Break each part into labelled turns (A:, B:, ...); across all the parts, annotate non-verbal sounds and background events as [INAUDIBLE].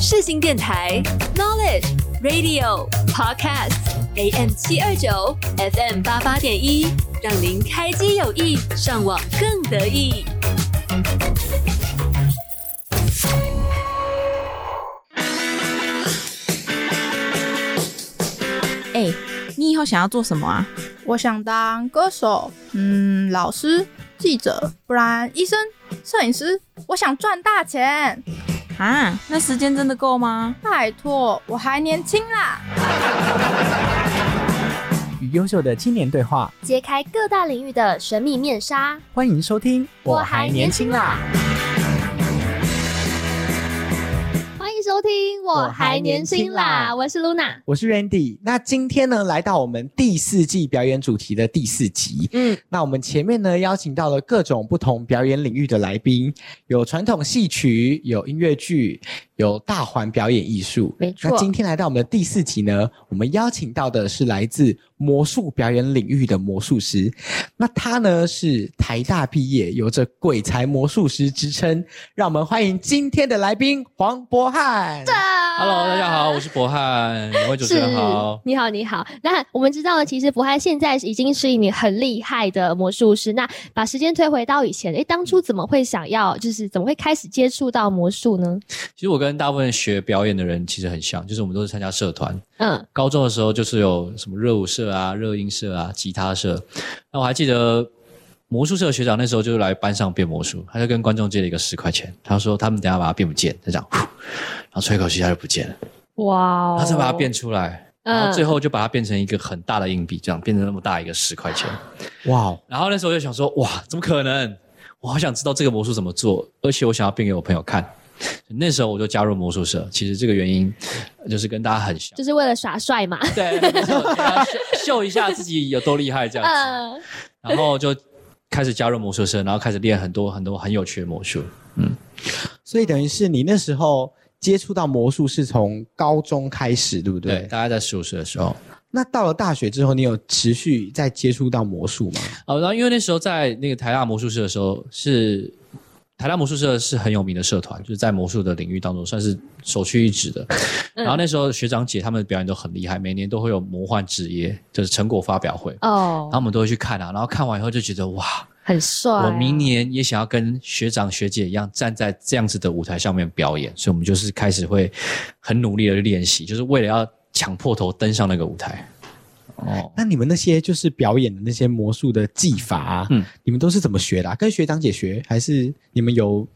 A: 世新电台 Knowledge Radio Podcast AM 七二九 FM 八八点一，让您开机有意，上网更得意。
B: 哎、你以后想要做什么啊？
C: 我想当歌手，嗯，老师、记者，不然医生、摄影师。我想赚大钱，
B: 啊，那时间真的够吗？
C: 拜托，我还年轻啦！
D: 与优秀的青年对话，
E: 揭开各大领域的神秘面纱。
D: 欢迎收听。
E: 啦！欢迎收听，我还年轻啦！我是 Luna，
D: 我是 Randy，那今天呢，来到我们第四季表演主题的第四集。嗯
B: 嗯，
D: 那我们前面呢，邀请到了各种不同表演领域的来宾，有传统戏曲，有音乐剧，有大环表演艺术。
E: 没错
D: 那今天来到我们的第四集呢，我们邀请到的是来自魔术表演领域的魔术师。那他呢是台大毕业，有着鬼才魔术师之称。让我们欢迎今天的来宾黄渤汉。
F: Hello，大家好，我是博翰，两位主持
E: 是
F: 人好，。
E: 你好，你好。那我们知道了，其实博翰现在已经是一名很厉害的魔术师。那把时间推回到以前，诶，当初怎么会想要，就是怎么会开始接触到魔术呢？
F: 其实我跟大部分学表演的人其实很像，就是我们都是参加社团。
E: 嗯，
F: 高中的时候就是有什么热舞社啊、热音社啊、吉他社。那我还记得魔术社的学长那时候就来班上变魔术，他就跟观众借了一个十块钱，他说他们等一下把它变不见，他讲，呼然后吹一口气它就不见了，
E: 哇、哦，
F: 然后再把它变出来，
E: 哦
F: 然后最后就把它变成一个很大的硬币，这样变成那么大一个十块钱。
D: 哇哦，
F: 然后那时候我就想说，哇，怎么可能？我好想知道这个魔术怎么做，而且我想要变给我朋友看。 [LAUGHS] 那时候我就加入魔术社，其实这个原因呃就是跟大家很像，
E: 就是为了耍帅嘛。
F: 对，没错给大家秀秀一下自己有多厉害这样 [LAUGHS] 子，
E: 嗯，
F: 然后就开始加入魔术社，然后开始练很多很多很有趣的魔术。
D: 所以等于是你那时候接触到魔术是从高中开始，对不对？
F: 对，大概在十五岁的时候，
D: 那到了大学之后，你有持续在接触到魔术吗？
F: 哦，然后因为那时候在那个台大魔术社的时候，是台大魔术社是很有名的社团，就是在魔术的领域当中算是首屈一指的。 [LAUGHS] 然后那时候学长姐他们的表演都很厉害，每年都会有魔幻之夜，就是成果发表会，然后我
E: [LAUGHS] 哦，
F: 们都会去看啊。然后看完以后就觉得哇，
E: 很帅啊、
F: 我明年也想要跟学长学姐一样站在这样子的舞台上面表演，所以我们就是开始会很努力的练习，就是为了要抢破头登上那个舞台。哦，
D: 那你们那些就是表演的那些魔术的技法、啊，嗯
F: 嗯，
D: 你们都是怎么学的啊、跟学长姐学，还是你们有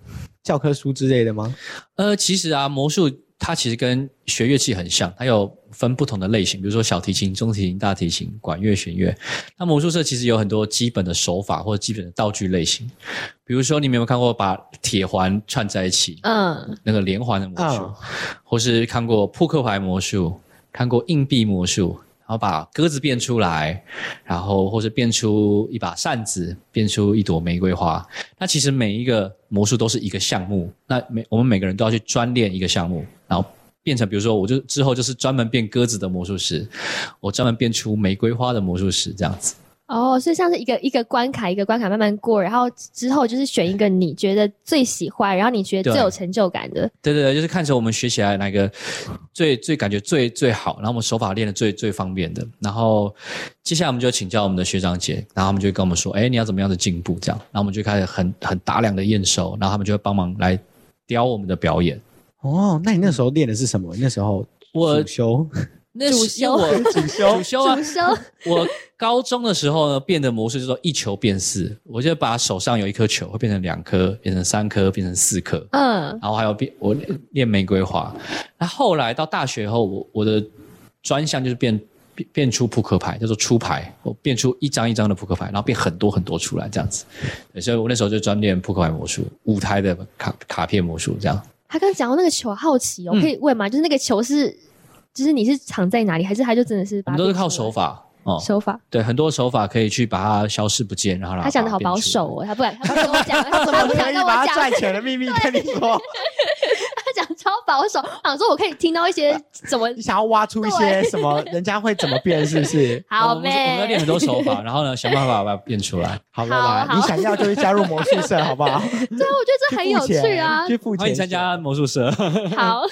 D: 教科书之类的吗？
F: 呃，其实啊，魔术它其实跟学乐器很像，它有分不同的类型，比如说小提琴、中提琴、大提琴、管乐、弦乐。那魔术社其实有很多基本的手法或者基本的道具类型，比如说你们有没有看过把铁环串在一起，
E: 嗯，
F: 那个连环的魔术，
D: 嗯
F: 或是看过扑克牌魔术，看过硬币魔术，然后把鸽子变出来，然后或是变出一把扇子，变出一朵玫瑰花。那其实每一个魔术都是一个项目，那每我们每个人都要去专练一个项目，然后。变成比如说，我就之后就是专门变鸽子的魔术师，我专门变出玫瑰花的魔术师这样子。
E: 哦，所以像是一个一个关卡一个关卡慢慢过，然后之后就是选一个你觉得最喜欢，然后你觉得
F: 对
E: 最有成就感的。
F: 对对对，就是看起来我们学起来哪个最最感觉最最好，然后我们手法练的最最方便的。然后接下来我们就请教我们的学长姐，然后他们就会跟我们说，哎，你要怎么样的进步这样，然后我们就开始很很大量的验收，然后他们就会帮忙来雕我们的表演。
D: 哦，那你那时候练的是什么？那时候
F: 我
D: 主修
F: 那
E: 主
F: 是因为
E: 修 [LAUGHS]
F: 我主修主修啊
E: 主，修
F: 我高中的时候呢，变的魔术叫做一球变四，我就把手上有一颗球会变成两颗，变成三颗，变成四颗，
E: 嗯，
F: 然后还有变我练练玫瑰花。那后来到大学后，我我的专项就是变变变出扑克牌，叫做出牌，我变出一张一张的扑克牌，然后变很多很多出来这样子。对，所以我那时候就专练扑克牌魔术，舞台的卡卡片魔术这样。
E: 他刚讲到那个球，好奇哦，
F: 嗯
E: 可以问吗？就是那个球是，就是你是藏在哪里，还是他就真的是
F: 我
E: 把
F: 们
E: 它
F: 都是
E: 变
F: 靠
E: 出来
F: 手法哦，
E: 手法？
F: 对，很多手法可以去把它消失不见，然后让它
E: 他讲的好
F: 把它
E: 保
F: 变出来
E: 守哦，他不敢，他不跟我讲，他
D: [LAUGHS] 怎么
E: 不
D: 可
E: 想
D: 以
E: 跟
D: 把他
E: 我讲
D: 赚，钱的秘密跟你
E: [LAUGHS]
D: 说？
E: 他讲超保守。我想说，我可以听到一些怎么？
D: 你想要挖出一些什么？人家会怎么变？是不是
F: 哦我
E: 好
F: 们就我们要练
E: 呗
F: 很？多手法，然后呢，想办法把它变出来。
D: 好了
E: [LAUGHS] 好
D: 啦，
E: 好
D: 你想要就去加入魔术社，好不好？
E: 对啊，我觉得这很有
D: 去付
E: 趣
D: 钱
E: 啊。
D: 去付
F: 欢
D: 钱
F: [LAUGHS] 迎参加魔术社。
E: 好，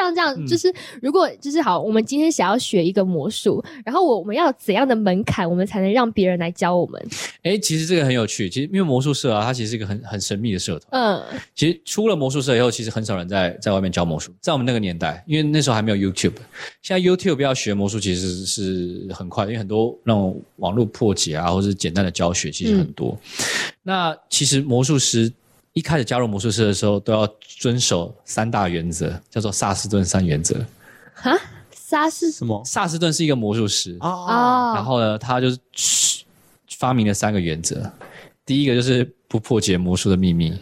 E: 像这样，
F: 嗯
E: 就是如果就是好，我们今天想要学一个魔术，然后我我们要有怎样的门槛，我们才能让别人来教我们？
F: 哎，其实这个很有趣，其实因为魔术社啊，它其实是一个很很神秘的社团。
E: 嗯，
F: 其实出了魔术社以后，其实很少人在在外面教魔术，在我们那个年代，因为那时候还没有 YouTube，现在 YouTube 要学魔术其实是很快，因为很多那种网络破解啊，或是简单的教学其实很多。那其实魔术师一开始加入魔术社的时候，都要遵守三大原则，叫做萨斯顿三原则。
E: 莎士
D: 什么？
F: 萨斯顿是一个魔术师，
D: 哦，
E: 哦，
F: 然后呢，他就是嘘发明了三个原则，第一个就是不破解魔术的秘密，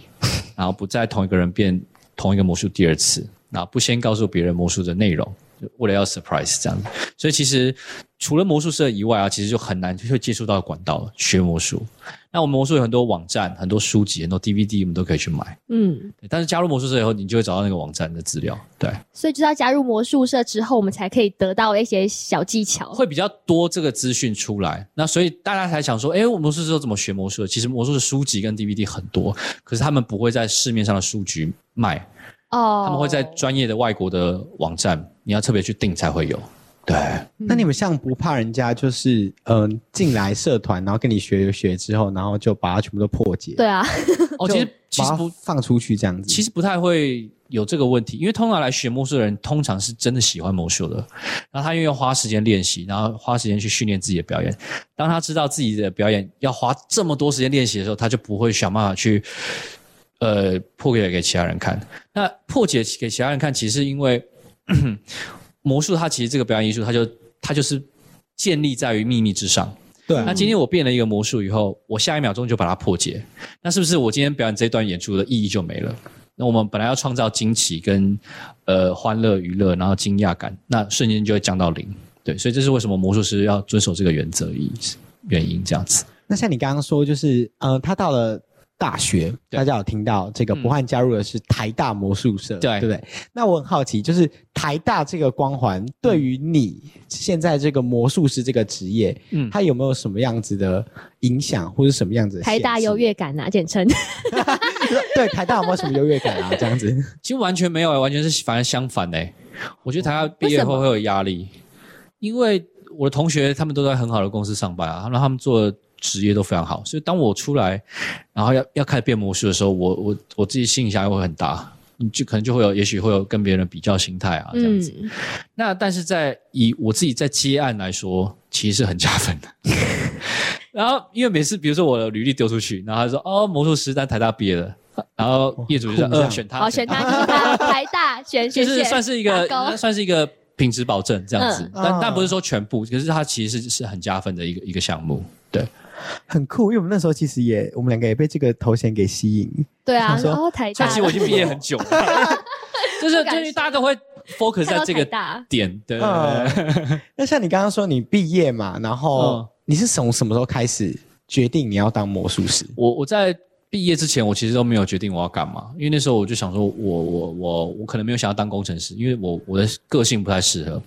F: 然后不在同一个人变同一个魔术第二次，然后不先告诉别人魔术的内容。就为了要 surprise 这样，所以其实除了魔术社以外啊，其实就很难就会接触到管道学魔术。那我们魔术有很多网站、很多书籍、很多 DVD，我们都可以去买。
E: 嗯，
F: 对但是加入魔术社以后，你就会找到那个网站的资料，对，
E: 所以就是要加入魔术社之后，我们才可以得到一些小技巧。
F: 会比较多这个资讯出来，那所以大家才想说，哎，我魔术师都怎么学魔术的？其实魔术的书籍跟 DVD 很多，可是他们不会在市面上的书局卖，
E: 哦，
F: 他们会在专业的外国的网站，你要特别去订才会有。对，
D: 那你们像不怕人家就是嗯、进来社团，然后跟你学学之后，然后就把它全部都破解？
E: 对啊，
F: 哦，
D: 就
F: 其实其实
D: 把它
F: 不，
D: 放出去这样子。
F: 其实不太会有这个问题，因为通常来学魔术的人，通常是真的喜欢魔术的，然后他愿意花时间练习，然后花时间去训练自己的表演。当他知道自己的表演要花这么多时间练习的时候，他就不会想办法去呃破解给其他人看。那破解给其他人看，其实是因为 [COUGHS] 魔术它其实这个表演艺术，它就它就是建立在于秘密之上。
D: 对啊
F: 那今天我变了一个魔术以后，我下一秒钟就把它破解，那是不是我今天表演这段演出的意义就没了？那我们本来要创造惊奇跟呃欢乐娱乐，然后惊讶感，那瞬间就会降到零。对，所以这是为什么魔术师要遵守这个原则的意义原因这样子。
D: 那像你刚刚说，就是呃，他到了大学，
F: 对
D: 大家有听到这个
F: 嗯
D: 博翰加入的是台大魔术社，对
F: 对
D: 不对？那我很好奇，就是台大这个光环
F: 嗯
D: 对于你现在这个魔术师这个职业，
F: 嗯
D: 它有没有什么样子的影响，或者什么样子的
E: 台大
D: 限制
E: 优？越感啊，简称。
D: [LAUGHS] 对，台大有没有什么优越感啊？这样子，
F: 其实完全没有、欸完全是反而相反哎、我觉得台大毕业
E: 为什
F: 后
E: 么
F: 会有压力，因为我的同学他们都在很好的公司上班啊，然后他们做的职业都非常好，所以当我出来，然后要要开始变魔术的时候，我我我自己心理压力会很大，你就可能就会有，也许会有跟别人的比较心态啊这样
E: 嗯
F: 子。，那但是在以我自己在接案来说，其实是很加分的。 [LAUGHS] 然后因为每次比如说我的履历丢出去，然后他说哦魔术师在台大毕业的，然后业主就说
D: 酷这
F: 呃
D: 样
F: 选他，
E: 好，选他，选他，台大，选
F: 就
E: 选
F: 是
E: 选，
F: 算是一
E: 打勾
F: 个 [LAUGHS] 算是一个品质保证这样子，
D: 嗯
F: 但
D: 嗯
F: 但不是说全部，可是它其实是是很加分的一个一个项目。对，
D: [LAUGHS] 很酷，因为我们那时候其实也，我们两个也被这个头衔给吸引。
E: 对啊，
D: 想说
E: 然后台
F: 所
E: 大
F: 以，其实我已经毕业很久
E: [LAUGHS]
F: 了，就是
E: 不敢
F: 就是大家都会 focus
E: 看
F: 在
E: 到
F: 这
E: 台
F: 个
E: 大，
F: 点，对对
D: 嗯
F: 对对，
D: 那像你刚刚说你毕业嘛，然
F: 嗯
D: 后你是从什么时候开始决定你要当魔术师？
F: 我我在毕业之前，我其实都没有决定我要干嘛，因为那时候我就想说我，我我我可能没有想要当工程师，因为我我的个性不太适合，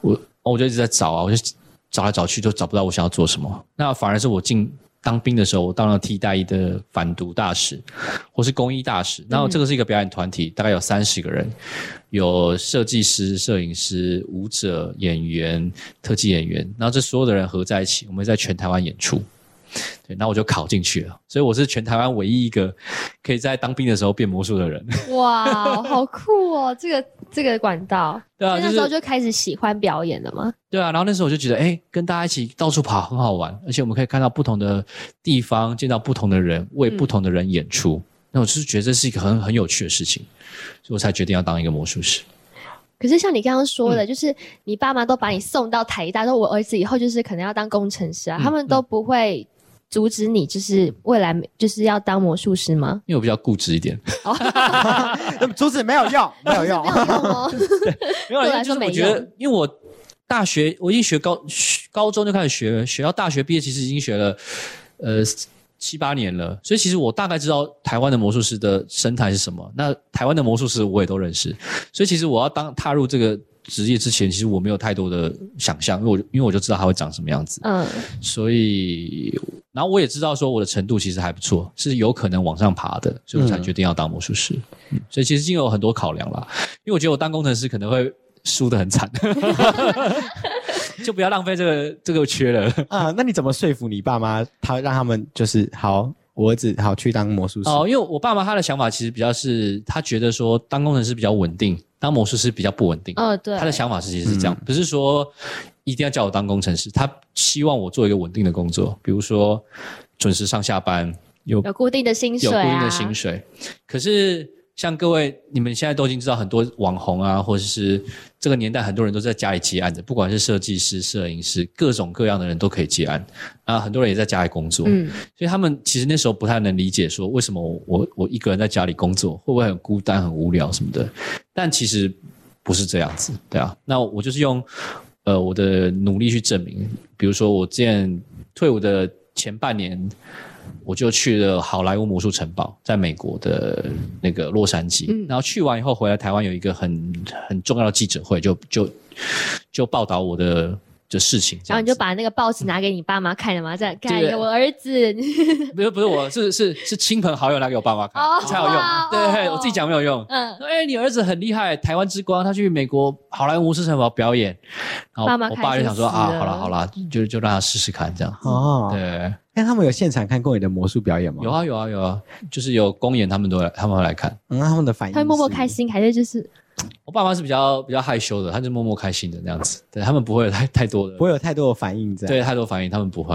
F: 我我就一直在找啊，我就找来找去都找不到我想要做什么。那反而是我进当兵的时候，我当了替代役的反毒大使，或是公益大使。然后这个是一个表演团体，大概有三十个人，有设计师、摄影师、舞者、演员、特技演员，然后这所有的人合在一起，我们在全台湾演出。对，那我就考进去了，所以我是全台湾唯一一个可以在当兵的时候变魔术的人。 [LAUGHS]
E: 哇，好酷哦，这个这个管道，
F: 对啊，
E: 所以
F: 就
E: 那时候
F: 是
E: 就开始喜欢表演了吗？
F: 对啊，然后那时候我就觉得，哎，跟大家一起到处跑很好玩，而且我们可以看到不同的地方，见到不同的人，为
E: 嗯
F: 不同的人演出。那我就是觉得这是一个很很有趣的事情，所以我才决定要当一个魔术师。
E: 可是像你刚刚说
F: 嗯
E: 的，就是你爸妈都把你送到台大，说我儿子以后就是可能要当工程师啊，
F: 嗯
E: 他们都不会阻止你，就是未来就是要当魔术师
F: [LAUGHS]
E: 吗？
F: 因为我比较固执一点，
D: 呃阻止没有 [LAUGHS] 用，没有用
E: 没有用哦，
F: 没有
E: 对我
F: 啦，
E: 来
F: 啊就
E: 说
F: 是我
E: 没
F: 觉得
E: 用，
F: 因为我大学我已经学高学高中就开始学了，学到大学毕业其实已经学了呃七八年了，所以其实我大概知道台湾的魔术师的生态是什么。那台湾的魔术师我也都认识，所以其实我要当踏入这个职业之前，其实我没有太多的想象，因为我就因为我就知道他会长什么样子，
E: 嗯，
F: 所以然后我也知道说我的程度其实还不错，是有可能往上爬的，所以我才
D: 嗯
F: 决定要当魔术师。嗯所以其实已经有很多考量啦。因为我觉得我当工程师可能会输得很 [LAUGHS] 惨，就不要浪费这个这个缺了。
D: 啊、那你怎么说服你爸妈？他让他们就是好，我儿子好去当魔术师。
F: 哦，因为我爸妈他的想法其实比较是，他觉得说当工程师比较稳定，当魔术师比较不稳定。嗯
E: 哦，对，
F: 他的想法是其实是这样，不是说一定要叫我当工程师，他希望我做一个稳定的工作，比如说准时上下班，有
E: 有固定的薪水
F: 有固
E: 啊，
F: 定的薪水。可是像各位，你们现在都已经知道很多网红啊，或者是这个年代很多人都在家里接案的，不管是设计师、摄影师，各种各样的人都可以接案啊，很多人也在家里工作，
E: 嗯，
F: 所以他们其实那时候不太能理解说为什么我我我一个人在家里工作会不会很孤单、很无聊什么的，但其实不是这样子，对啊，那我就是用。呃，我的努力去证明，比如说我之前退伍的前半年，我就去了好莱坞魔术城堡，在美国的那个洛杉矶。
E: 嗯
F: 然后去完以后回来台湾，有一个很很重要的记者会，就就就报道我的的事情。这
E: 然
F: 样
E: 后啊你
F: 子
E: 就把那个报纸拿给你爸妈看了嘛，再看
F: 对
E: 我儿子， [LAUGHS]
F: 不是不是我是是是亲朋好友拿给我爸妈看
E: 哦
F: 才有用
E: 哇，
F: 对
E: 哦
F: 我自己讲没有用。
E: 嗯，
F: 哎、你儿子很厉害，台湾之光，他去美国好莱坞狮城堡表演，然后
E: 爸妈
F: 我
E: 开
F: 爸就
E: 心
F: 想说
E: 死
F: 啊，
E: 了
F: 好了好了，就就让他试试看这样。
D: 哦，
F: 对，
D: 那他们有现场看过你的魔术表演吗？
F: 有，啊有啊有啊，就是有公演，他们都来，他们会来看。
D: 嗯，他们的反应，
E: 他会默默开。心，还是就是
F: 我爸妈是比较比较害羞的，他就默默开心的那样子，对他们不会有太太多的，
D: 不会有太多的反应，这样。
F: 对太多反应，他们不会。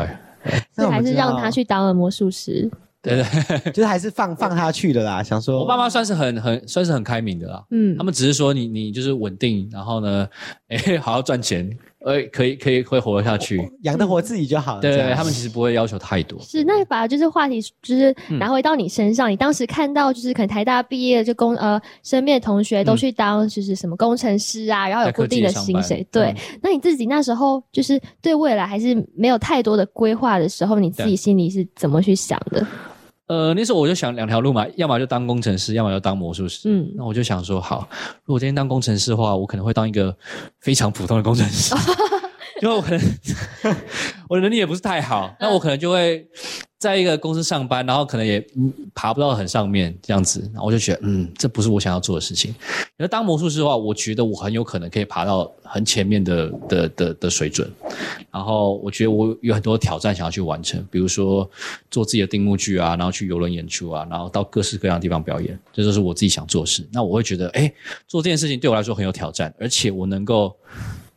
D: 那我们
E: 还是
D: 知道
E: 让他，去当了魔术师？
F: 对对，
D: 就是还是放放他去的啦。想说，
F: 我爸妈算是很很算是很开明的啦，
E: 嗯
F: 他，们只是说你你就是稳定，然后呢，哎、好好赚钱，哎、可以可以会活得下
E: 哦
F: 去。
D: 养得活自己就好了。
F: 对
D: 这样
F: 对，他们其实不会要求太多。
E: 是，那把就是话题就是
F: 嗯
E: 拿回到你身上，你当时看到就是可能台大毕业就工呃身边的同学都去当就是什么工程师啊，然后
F: 嗯
E: 有
F: 在
E: 固
F: 科技
E: 定的
F: 上
E: 薪
F: 班
E: 水，对。
F: 嗯
E: 那你自己那时候就是对未来还是没有太多的规划的时候，你自己
F: 对
E: 心里是怎么去想的？
F: 呃，那时候我就想两条路嘛，要么就当工程师，要么就当魔术师。
E: 嗯
F: 那我就想说，好，如果今天当工程师的话，我可能会当一个非常普通的工程师，因为我可能 [LAUGHS] 我的能力也不是太好，那我可能就会在一个公司上班，然后可能也嗯爬不到很上面这样子，然后我就觉得，嗯，这不是我想要做的事情。而当魔术师的话，我觉得我很有可能可以爬到很前面的的的的水准，然后我觉得我有很多挑战想要去完成，比如说做自己的定目剧啊，然后去游轮演出啊，然后到各式各样的地方表演，这就是我自己想做的事。那我会觉得，哎，做这件事情对我来说很有挑战，而且我能够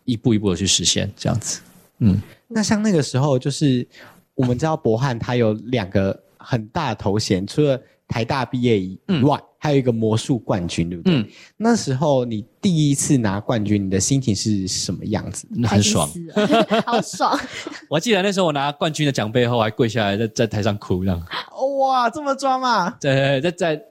F: 一步一步的去实现，这样子。嗯，
D: 那像那个时候，就是我们知道博翰他有两个很大的头衔，除了台大毕业以
F: 嗯
D: 外，还有一个魔术冠军，对不对？
F: 嗯
D: 那时候你第一次拿冠军，你的心情是什么样子？
F: 那很爽。
E: 开心死了， [LAUGHS] 好爽！
F: 我还记得那时候我拿冠军的奖杯后，还跪下来在在台上哭，这样
D: 哇，这么抓嘛？
F: 在在在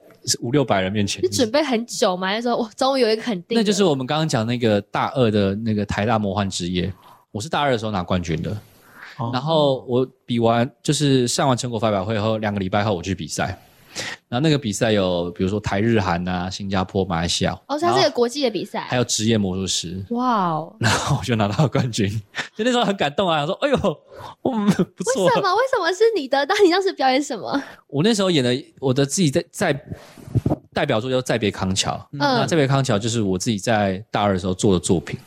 F: 五六百人面前
E: 就。准备很久嘛，就说我终于有一个肯定的，
F: 那就是我们刚刚讲那个大二的那个台大魔幻之夜，我是大二的时候拿冠军的。
D: 哦
F: 然后我比完就是上完成果发表会后，两个礼拜后我去比赛。然后那个比赛有比如说台日韩啊、新加坡、马来西亚，
E: 哦，所以它是
F: 然
E: 一
F: 后
E: 个国际的比赛，
F: 还有职业魔术师， [LAUGHS]
E: 哇哦，
F: 然后我就拿到了冠军，就那时候很感动啊，想说哎呦，我不
E: 为
F: 错。
E: 什么？为什么是你的？那你当时表演什么？
F: 我那时候演的我的自己在在代表作叫《再别康桥》，那《
E: 嗯
F: 再别康桥》就是我自己在大二的时候做的作品。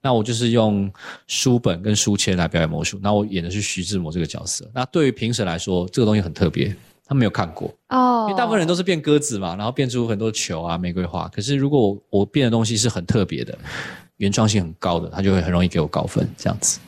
F: 那我就是用书本跟书签来表演魔术，那我演的是徐志摩这个角色。那对于评审来说，这个东西很特别，他们没有看过，
E: 哦
F: 因为大部分人都是变鸽子嘛，然后变出很多球啊、玫瑰花。可是如果我我变的东西是很特别的，原创性很高的，他就会很容易给我高分这样子。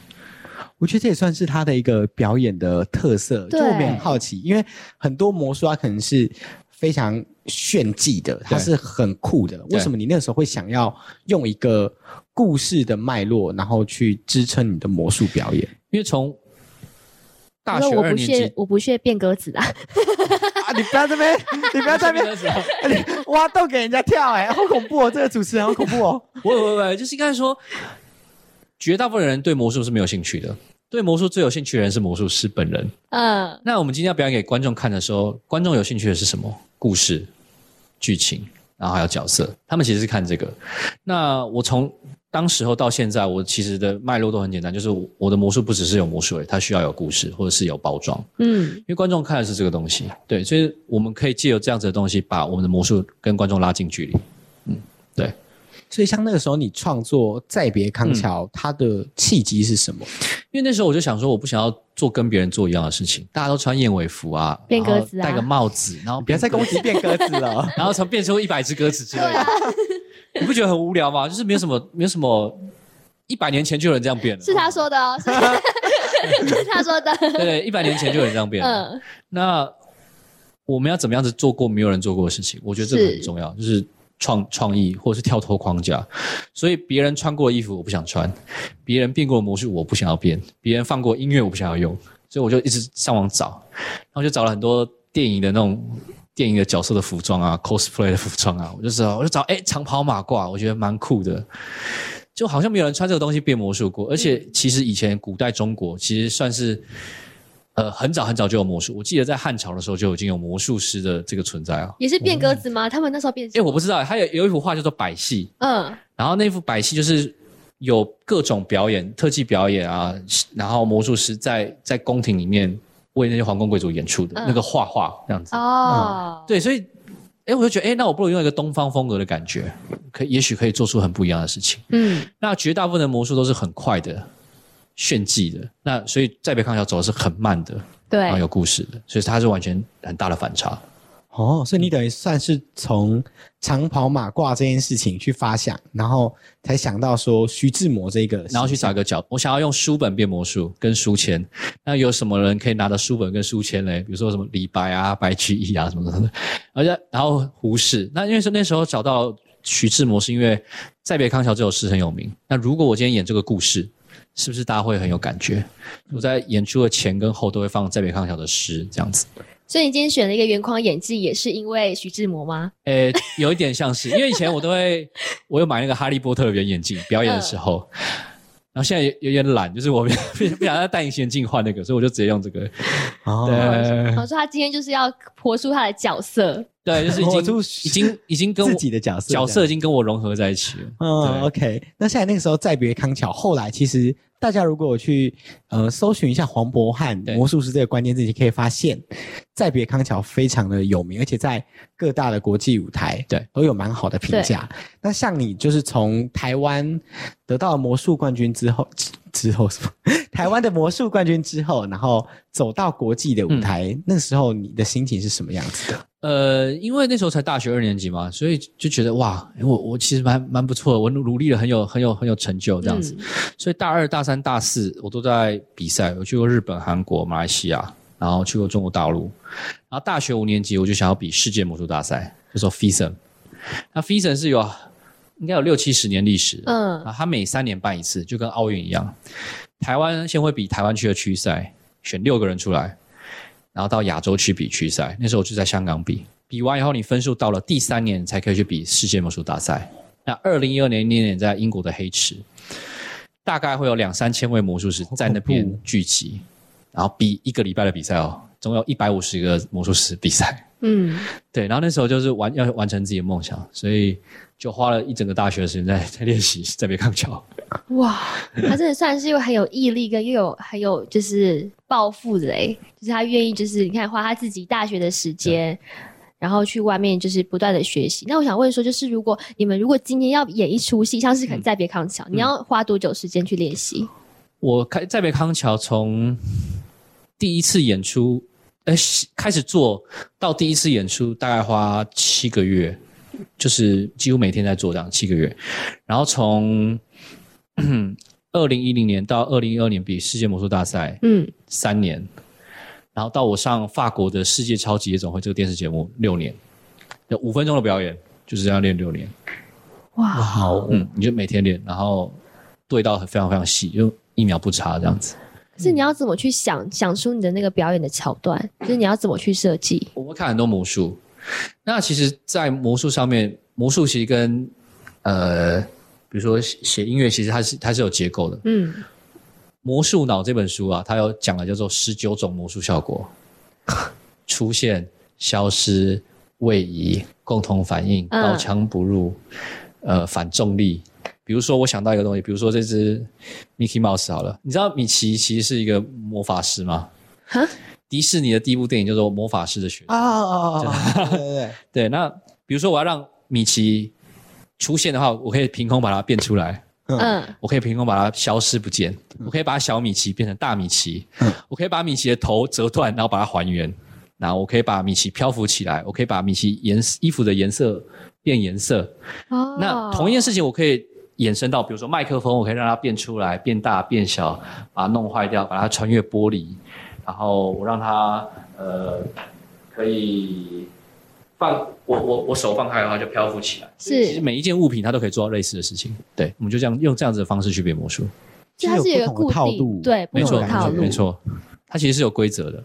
D: 我觉得这也算是他的一个表演的特色。就
E: 对
D: 我们也很好奇，因为很多魔术它可能是非常炫技的，它是很酷的。为什么你那时候会想要用一个故事的脉络，然后去支撑你的魔术表演？
F: 因为从大
E: 因
F: 学
E: 为我
F: 二
E: 不
F: 年级
E: 屑，我不屑变鸽子啊！
D: 啊！你不要这边，你不要这边，
F: 的时候，
D: 你挖洞给人家跳、哎，好恐怖哦！这个主持人好恐怖哦。
F: 不会不会不会，就是应该说，绝大部分人对魔术是没有兴趣的。对魔术最有兴趣的人是魔术师本人。
E: 嗯，
F: 那我们今天要表演给观众看的时候，观众有兴趣的是什么？故事、剧情，然后还有角色。他们其实是看这个。那我从当时候到现在，我其实的脉络都很简单，就是我的魔术不只是有魔术而已，它需要有故事或者是有包装。
E: 嗯
F: 因为观众看的是这个东西，对，所以我们可以借由这样子的东西，把我们的魔术跟观众拉近距离。嗯，对，
D: 所以像那个时候你创作《再别康桥》，它的契机是什么？
F: 因为那时候我就想说，我不想要做跟别人做一样的事情，大家都穿燕尾服啊，
E: 变鸽
F: 然后
E: 子啊
F: 戴个帽子，然后。
D: 不要再攻击变鸽子了
F: 然后才变出一百只鸽子之类
E: 啊
F: 的，你不觉得很无聊吗？就是没有什么，没有什么，一百年前就有人这样变了，
E: 是他说
F: [LAUGHS]
E: 的哦，是是他说的。
F: 对对，一百年前就有人这样变了。 [LAUGHS]
E: 嗯，
F: 那我们要怎么样子做过没有人做过的事情？我觉得这个
E: 是
F: 很重要，就是创创意或者是跳脱框架。所以别人穿过的衣服我不想穿，别人变过的魔术我不想要变，别人放过音乐我不想要用，所以我就一直上网找，然后就找了很多电影的那种。电影的角色的服装啊，cosplay 的服装啊，我就找，我就找，哎、长袍马褂，我觉得蛮酷的，就好像没有人穿这个东西变魔术过。而且，其实以前古代中国其实算是呃，很早很早就有魔术，我记得在汉朝的时候就已经有魔术师的这个存在啊。
E: 也是变鸽子吗？他们那时候变
F: 哎，我不知道，还有有一幅画叫做《百戏》，
E: 嗯，
F: 然后那幅《百戏》就是有各种表演、特技表演啊，然后魔术师在在宫廷里面为那些皇宫贵族演出的、
E: 嗯
F: 那个画画这样子。
E: 哦，
F: 对，所以，哎，我就觉得，哎，那我不如用一个东方风格的感觉，可也许可以做出很不一样的事情。
E: 嗯，
F: 那绝大部分的魔术都是很快的、炫技的，那所以在北康桥走的是很慢的。
E: 对
F: 然哦后有故事的，所以它是完全很大的反差。
D: [LAUGHS] 哦，所以你等于算是从长袍马褂这件事情去发想，然后才想到说徐志摩这个，
F: 然后去找一个角，我想要用书本变魔术跟书签，那有什么人可以拿着书本跟书签嘞？比如说什么李白啊、白居易啊什么什么的，而且然后胡适，那因为是那时候找到徐志摩，是因为《再别康桥》这首诗很有名。那如果我今天演这个故事，是不是大家会很有感觉？我在演出的前跟后都会放《再别康桥》的诗，这样子。
E: 所以你今天选了一个原框演技，也是因为徐志摩吗？
F: 呃，有一点像是，因为以前我都会，我有买那个哈利波特的圆眼镜，表演的时候，然后现在有有点懒，就是我 [LAUGHS] 不不想再戴隐形眼镜换那个，所以我就直接用这个。
D: 哦，
E: 然
F: 对
E: 后说他今天就是要活出他的角色，
F: 对，就是已
D: 活
F: 经
D: 出
F: 已经已经跟我
D: 自己的角色
F: 角
D: 这
F: 色
D: 样
F: 已经跟我融合在一起了。
D: 嗯
F: 对
D: ，OK。那现在那个时候再别康桥，后来其实大家如果有去呃搜寻一下黄渤汉
F: 对
D: 魔术师这个关键字，就可以发现再别康桥非常的有名，而且在各大的国际舞台
F: 对
D: 都有蛮好的评价。那像你就是从台湾得到了魔术冠军之后。 [LAUGHS] 之之后什么？ [LAUGHS] 台湾的魔术冠军之后，然后走到国际
F: 嗯
D: 的舞台，那时候你的心情是什么样子的？
F: 呃，因为那时候才大学二年级嘛，所以就觉得哇，诶我我其实蛮蛮不错的，我努努力了很有很有很有成就这
E: 嗯
F: 样子。所以大二、大三、大四我都在比赛，我去过日本、韩国、马来西亚，然后去过中国大陆。然后大学五年级我就想要比世界魔术大赛，就说 FISM。那 FISM 是有应该有六七十年历史的，
E: 嗯
F: 啊，它每三年办一次，就跟奥运一样。台湾先会比台湾区的区赛，选六个人出来，然后到亚洲区比区赛。那时候我就在香港比，比完以后你分数到了第三年，你才可以去比世界魔术大赛。那二零一二年那年在英国的黑池，大概会有两三千位魔术师在那边
D: 好恐哦
F: 聚集，然后比一个礼拜的比赛哦，总共有一百五十个魔术师比赛。
E: 嗯，
F: 对，然后那时候就是完要完成自己的梦想，所以就花了一整个大学的时间在在练习在别康桥。
E: 哇，他真的算是又很有毅力，跟又有很有就是抱负的哎，就是他愿意就是你看花他自己大学的时间。然后去外面就是不断的学习。那我想问说，就是如果你们如果今天要演一出戏，像是可能《再别康桥》你要花多久时间去练习？
F: 我开在北康桥从第一次演出，呃，西开始做到第一次演出，大概花七个月，就是几乎每天在做这样七个月。然后从 [CLEARS THROAT] 二零一零年到二零一二年比世界魔术大赛
E: 嗯，
F: 三年，然后到我上法国的世界超级夜总会这个电视节目六年，有五分钟的表演，就是这样练六年。
E: 哇，
D: 好
F: 嗯，你就每天练，然后对到很非常非常细，就一秒不差这样子。
E: 可是你要怎么去想想出你的那个表演的桥段？就是你要怎么去设计？
F: 我们看很多魔术，那其实，在魔术上面，魔术其实跟呃，比如说写写音乐，其实它是它是有结构的。
E: 嗯，
F: 《魔术脑》这本书啊，它有讲了叫做十九种魔术效果，出现、消失、位移、共同反应、
E: 嗯
F: 刀枪不入、呃反重力。比如说，我想到一个东西，比如说这只 Mickey Mouse 好了，你知道米奇其实是一个魔法师吗
E: 哈？
F: 迪士尼的第一部电影叫做《魔
D: 哦
F: 法师的学生》
D: 啊啊啊啊！啊对对对，
F: 对，那比如说我要让米奇出现的话，我可以凭空把它变出来。
E: 嗯，
F: 我可以凭空把它消失不见，我可以把小米奇变成大米奇，
D: 嗯
F: 我可以把米奇的头折断，然后把它还原，然后我可以把米奇漂浮起来，我可以把米奇颜衣服的颜色变颜色。
E: 哦
F: 那同一件事情，我可以衍生到，比如说麦克风，我可以让它变出来、变大、变小，把它弄坏掉，把它穿越玻璃，然后我让它呃可以放我我我手放开的话就漂浮起来。
E: 是
F: 所以其实每一件物品它都可以做到类似的事情。对，我们就这样用这样子的方式去变魔术，
E: 就它是有一个
D: 不同
E: 固
D: 的套
E: 定
D: 路，
E: 对，不
F: 没
E: 同
F: 错
E: 的套
D: 感觉
E: 路
F: 没。错，它其实是有规则的。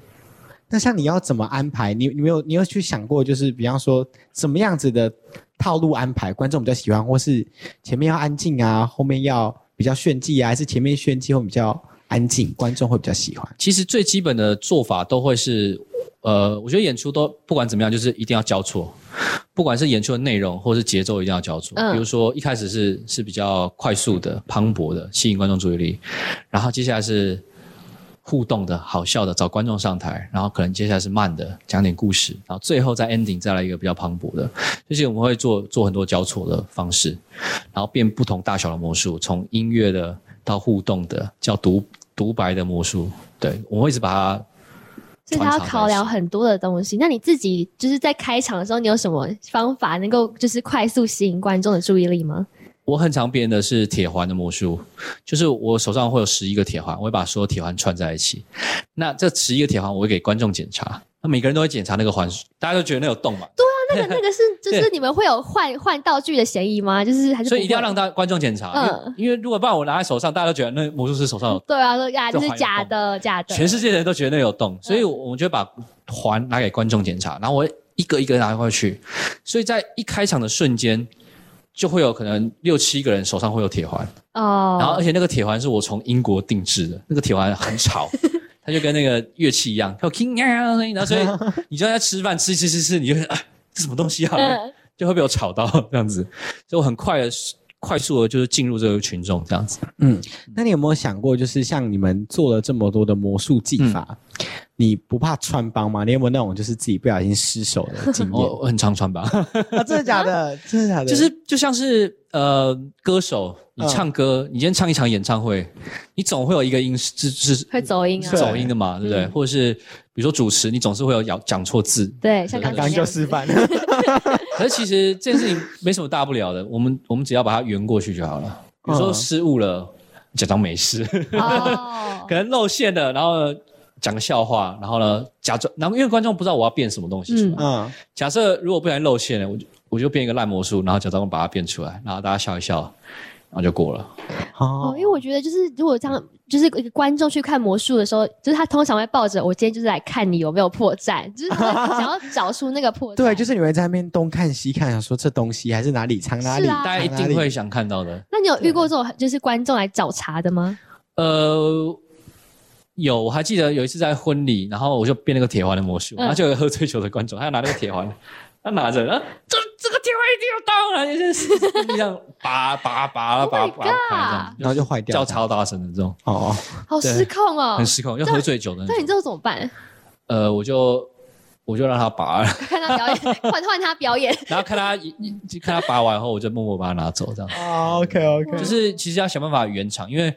D: 那像你要怎么安排？你你没有你有去想过，就是比方说什么样子的套路安排，观众比较喜欢，或是前面要安静啊，后面要比较炫技啊，还是前面炫技会比较安静，观众会比较喜欢？
F: 其实最基本的做法都会是，呃，我觉得演出都不管怎么样，就是一定要交错，不管是演出的内容或是节奏，一定要交错。
E: 嗯
F: 比如说一开始是是比较快速的、磅礴的，吸引观众注意力，然后接下来是互动的、好笑的，找观众上台，然后可能接下来是慢的，讲点故事，然后最后再 ending 再来一个比较磅礴的，就是我们会做做很多交错的方式，然后变不同大小的魔术，从音乐的到互动的，叫独独白的魔术。对，我会一直把它
E: 所以他要
F: 穿插在一起
E: 考量很多的东西。那你自己就是在开场的时候，你有什么方法能够就是快速吸引观众的注意
F: [LAUGHS]
E: 力吗？
F: 我很常变的是铁环的魔术，就是我手上会有十一个铁环，我会把所有铁环串在一起。那这十一个铁环，我会给观众检查，那每个人都会检查那个环，大家都觉得那有洞嘛，
E: 那那个那个是就是你们会有换换道具的嫌疑吗？就是还是
F: 所以
E: 不
F: 一定要
E: 会
F: 让大观众检查，因
E: 嗯
F: 为因为如果不然我拿在手上，大家都觉得那魔术师手上有，
E: 对啊，说呀，
F: 就
E: 这是
F: 还有
E: 假
F: 洞
E: 的，假的，
F: 全世界的人都觉得那有洞，所以我们就会把环拿给观众检查，然后我会一个一个拿过去，所以在一开场的瞬间。就会有可能六七个人手上会有铁环，
E: 哦。
F: 然后而且那个铁环是我从英国定制的，那个铁环很
E: [LAUGHS]
F: 吵，它就跟那个乐器一样，它有 king 啊声音，然后所
E: [LAUGHS]
F: 以你就在吃饭吃吃吃吃，你就会啊这什么东西啊，
E: 嗯
F: 就会被我吵到这样子，所以我很快的快速的就是进入这个群众这样子。
D: 嗯，那你有没有想过，就是像你们做了这么多的魔术技法，你不怕穿帮吗？你有没有那种就是自己不小心失手的
E: 嗯
D: 经验
F: [LAUGHS] 我？我很常穿吧，
D: 啊，真的假的？真的假的？
F: 哦就是就像是呃歌手，你
D: 嗯
F: 唱歌，你今天唱一场演唱会，你总会有一个音是是
E: [LAUGHS] 会走音啊，
D: 对
F: 走音的嘛，对不对？
E: 嗯
F: 或者是比如说主持，你总是会有咬讲错字，
E: 对，像
D: 刚
E: 刚
D: 刚
E: 那样
D: 就
E: 子
D: 示范。
F: 可是其实这件事情没什么大不了的，我们我们只要把它圆过去就好了。有
D: 嗯
F: 时候失误了，假装没事，
D: [LAUGHS]
E: 哦
F: [LAUGHS] 可能露馅了，然后呢讲个笑话，然后呢假装，然后因为观众不知道我要变什么东西出来。
D: 嗯，
F: 假设如果不小心露馅了，我就我就变一个烂魔术，然后假装把它变出来，然后大家笑一笑，然后就过了。
D: 哦
E: 哦，因为我觉得就是如果这样，就是一个观众去看魔术的时候，就是他通常会抱着我今天就是来看你有没有破绽，就是会想要找出那个破
D: [LAUGHS]
E: 绽。
D: 对，就是你们在那边东看西看，想说这东西还是哪里藏哪里，
E: 是啊
F: 大家一定会想看到的。
E: 那你有遇过这种就是观众来找茬的吗？
F: 呃，有，我还记得有一次在婚礼，然后我就变那个铁环的魔术，然
E: 嗯
F: 后就有一个喝醉酒的观众，他拿那个铁环，他拿着，然后这这个铁环一定要到，然后就是这样拔拔拔
E: Oh
F: 拔
E: my
F: 拔拔拔，
D: 然后就坏掉
F: 叫
D: 了。
F: 超大声的这种，
D: 哦，
E: 好
F: 对
E: 失控哦
F: 很！失控，就喝醉酒的那
E: 那
F: 种。
E: 你这种怎么办？
F: 呃，我就我就让他拔，
E: 看他表演，换换他表演，
F: 然后看他就看他拔完后，我就默默把他拿走，这样。
D: 哦，OK OK，
F: 就是其实要想办法圆场，因为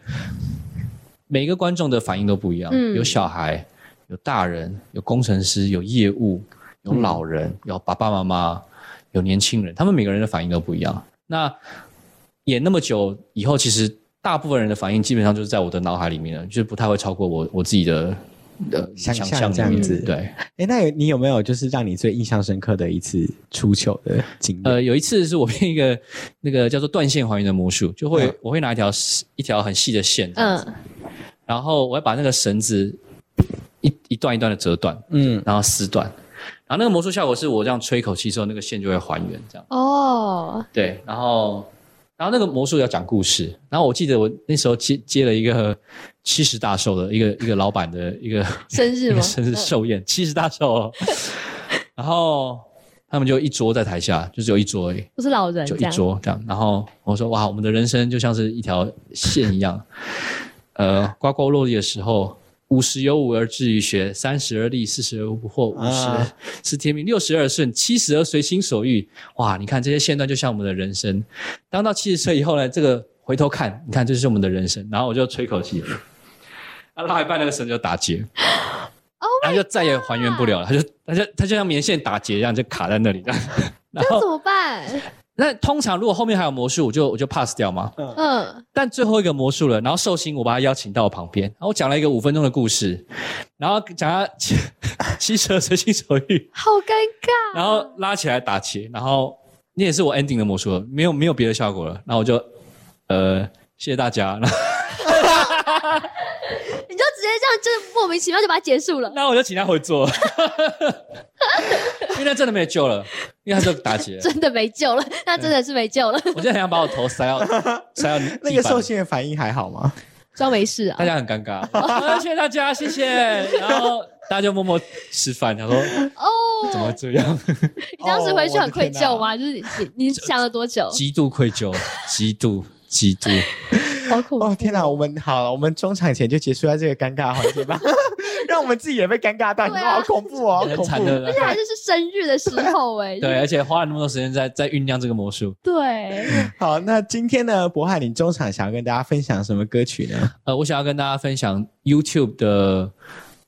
F: 每一个观众的反应都不一样，
E: 嗯
F: 有小孩，有大人，有工程师，有业务，有
D: 嗯
F: 老人，有爸爸妈妈，有年轻人，他们每个人的反应都不一样。那演那么久以后，其实大部分人的反应基本上就是在我的脑海里面了，就是不太会超过我我自己的。的
D: 想象
F: 象里
D: 这样
F: 面
D: 子
F: 对，
D: 哎，那有你有没有就是让你最印象深刻的一次出糗的经验？
F: 呃，有一次是我变一个那个叫做断线还原的魔术，就会、
D: 嗯
F: 我会拿一条一条很细的线，嗯，
E: 嗯，
F: 然后我会把那个绳子一一段一段的折断，
D: 嗯，
F: 然后撕断，然后那个魔术效果是我这样吹一口气之后，那个线就会还原这样。
E: 哦，
F: 对，然后然后那个魔术要讲故事，然后我记得我那时候接接了一个七十大寿的一个一个老板的一个
E: 生日
F: [LAUGHS] 一
E: 吗？嗯
F: 个生日寿宴，七十大寿、哦， [LAUGHS] 然后他们就一桌在台下，就只有一桌而已。
E: 不是老人
F: 就
E: 这
F: 一
E: 样，
F: 桌这样。然后我说哇，我 [LAUGHS] 们的人生就像是一条线一样，呃，呱呱落地的时候，五十有五而志于学，三十而立，四十而不惑，五十
D: 啊
F: 是天命，六十而顺，七十而随心所欲。哇，你看这些线段就像我们的人生。当到七十岁以后呢，这个回头看，你看这是我们的人生。然后我就吹口气，啊，拉一半那个绳就打结。
E: Oh
F: 然后就再也还原不了了，他就他就他就像棉线打结一样，就卡在那里。这样然
E: 那怎
F: 后
E: 么
F: [LAUGHS]
E: 办？
F: 那通常如果后面还有魔术，我就我就 pass 掉嘛。
E: 嗯，
F: 但最后一个魔术了，然后寿星我把他邀请到我旁边，然后我讲了一个五分钟的故事，然后讲他七七蛇随心所欲，
E: 好尴尬。
F: 然后拉起来打结，然后那也是我 ending 的魔术了，没有没有别的效果了，然后我就呃谢谢大家，然后。
E: 你就直接这样，就是莫名其妙就把它结束了
F: 那我就请他回座， [LAUGHS] 因为那真的没救了，因为他就打结了，
E: 真的没救了，那真的是没救了，
F: 我真的很想把我头塞到塞到地
D: [LAUGHS] 那个
F: 板
D: 寿星的反应还好吗？
E: 装没事啊
F: 大。家很尴 [LAUGHS] 尬，啊谢谢大家，谢 [LAUGHS] 谢。然后大家就默默吃饭，他说怎么
E: 哦
F: 会，这 [LAUGHS] 样，
E: 你当时回去很愧疚
D: 哦我
E: 吗？就是你你想了多久？
F: 极度愧疚，极度极度。
E: 好恐怖！
D: 哦天哪，我们好了，我们中场前就结束在这个尴尬的环节
E: [LAUGHS]
D: 吧，让我们自己也被尴尬到，你
E: 对
D: 们
E: 啊
D: 好恐怖哦，好
F: 很
D: 恐
F: 惨
D: 怖。
F: 的，
E: 而且还是是生日的时候哎、
F: 对，而且花了那么多时间在在酝酿这个魔术。
E: 对，
F: 嗯
D: 好，那今天呢，博翰，你中场想要跟大家分享什么歌曲呢？
F: 呃，我想要跟大家分享 YouTube 的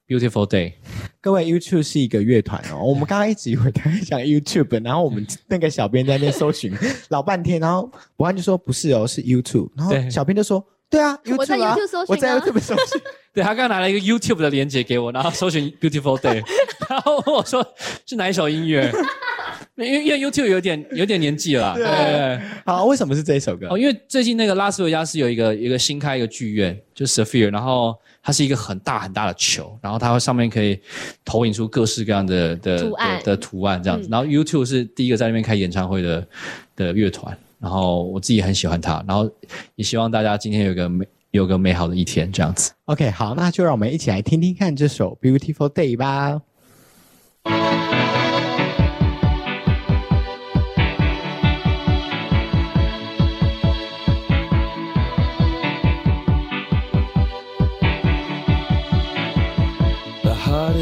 F: Beautiful Day，
D: 各位，YouTube 是一个乐团
E: [LAUGHS]
D: 哦。我们刚刚一直以为他在讲 YouTube，然后我
E: 嗯
D: 们那个小编在那边搜
E: [LAUGHS]
D: 寻老半天，然后博翰就说不是哦，是 YouTube，然后
F: 对
D: 小编就说对啊
E: 我在
D: ，YouTube 啊
E: YouTube 搜寻啊，
D: 我在 YouTube 搜寻，
E: [LAUGHS]
F: 对他刚拿了一个 YouTube 的链接给我，然后搜寻 Beautiful Day，然后问我说是哪一首音乐，因为因为 YouTube 有点有点年纪了啦，
D: 对
F: 对。
D: 好，为什么是这首歌
F: 哦，？因为最近那个拉斯维加斯有一个一个新开一个剧院，就 Sphere，然后它是一个很大很大的球，然后它上面可以投影出各式各样的的
E: 图案
F: 的的图案这样子。
E: 嗯
F: 然后 YouTube 是第一个在那边开演唱会的的乐团，然后我自己很喜欢它，然后也希望大家今天有个美有个美好的一天这样子。
D: OK，好，那就让我们一起来听听看这首《Beautiful Day》吧。
G: The heart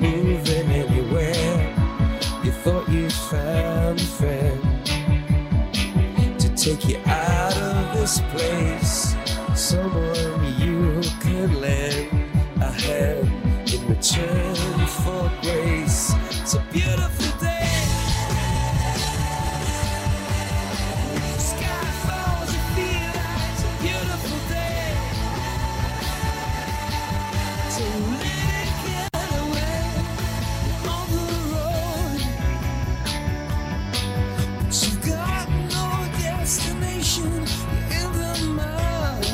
G: moving anywhere. You thought you found a friend to take you out of this place. Someone you could lend a hand in return for grace. It's a beautiful day. Sky falls, you feel like it's a beautiful day. So let it get away on the road. She's got no destination in the mud.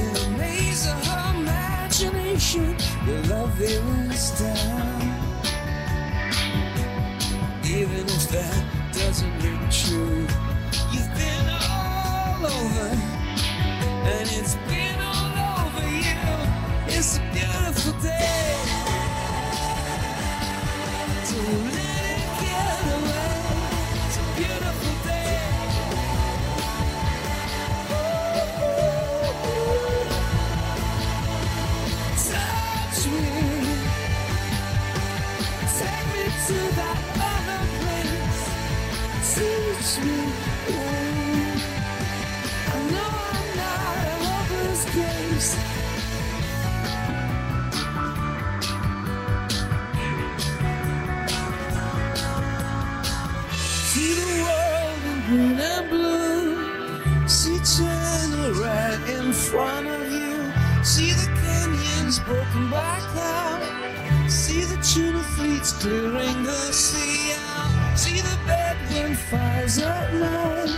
G: In the maze of her imagination, the love is down. Even if that doesn't ring true, you've been all over, and it's been all over you. It's a beautiful day. So let it get away. It's a beautiful day. Touch me. Take me to that other place. Teach me. I know I'm not a hopeless case. See the world in green and blue. See China right in front of you. See the canyons broken by cloud. See the tuna fleets clearing the sea out. See the bedroom fires at night.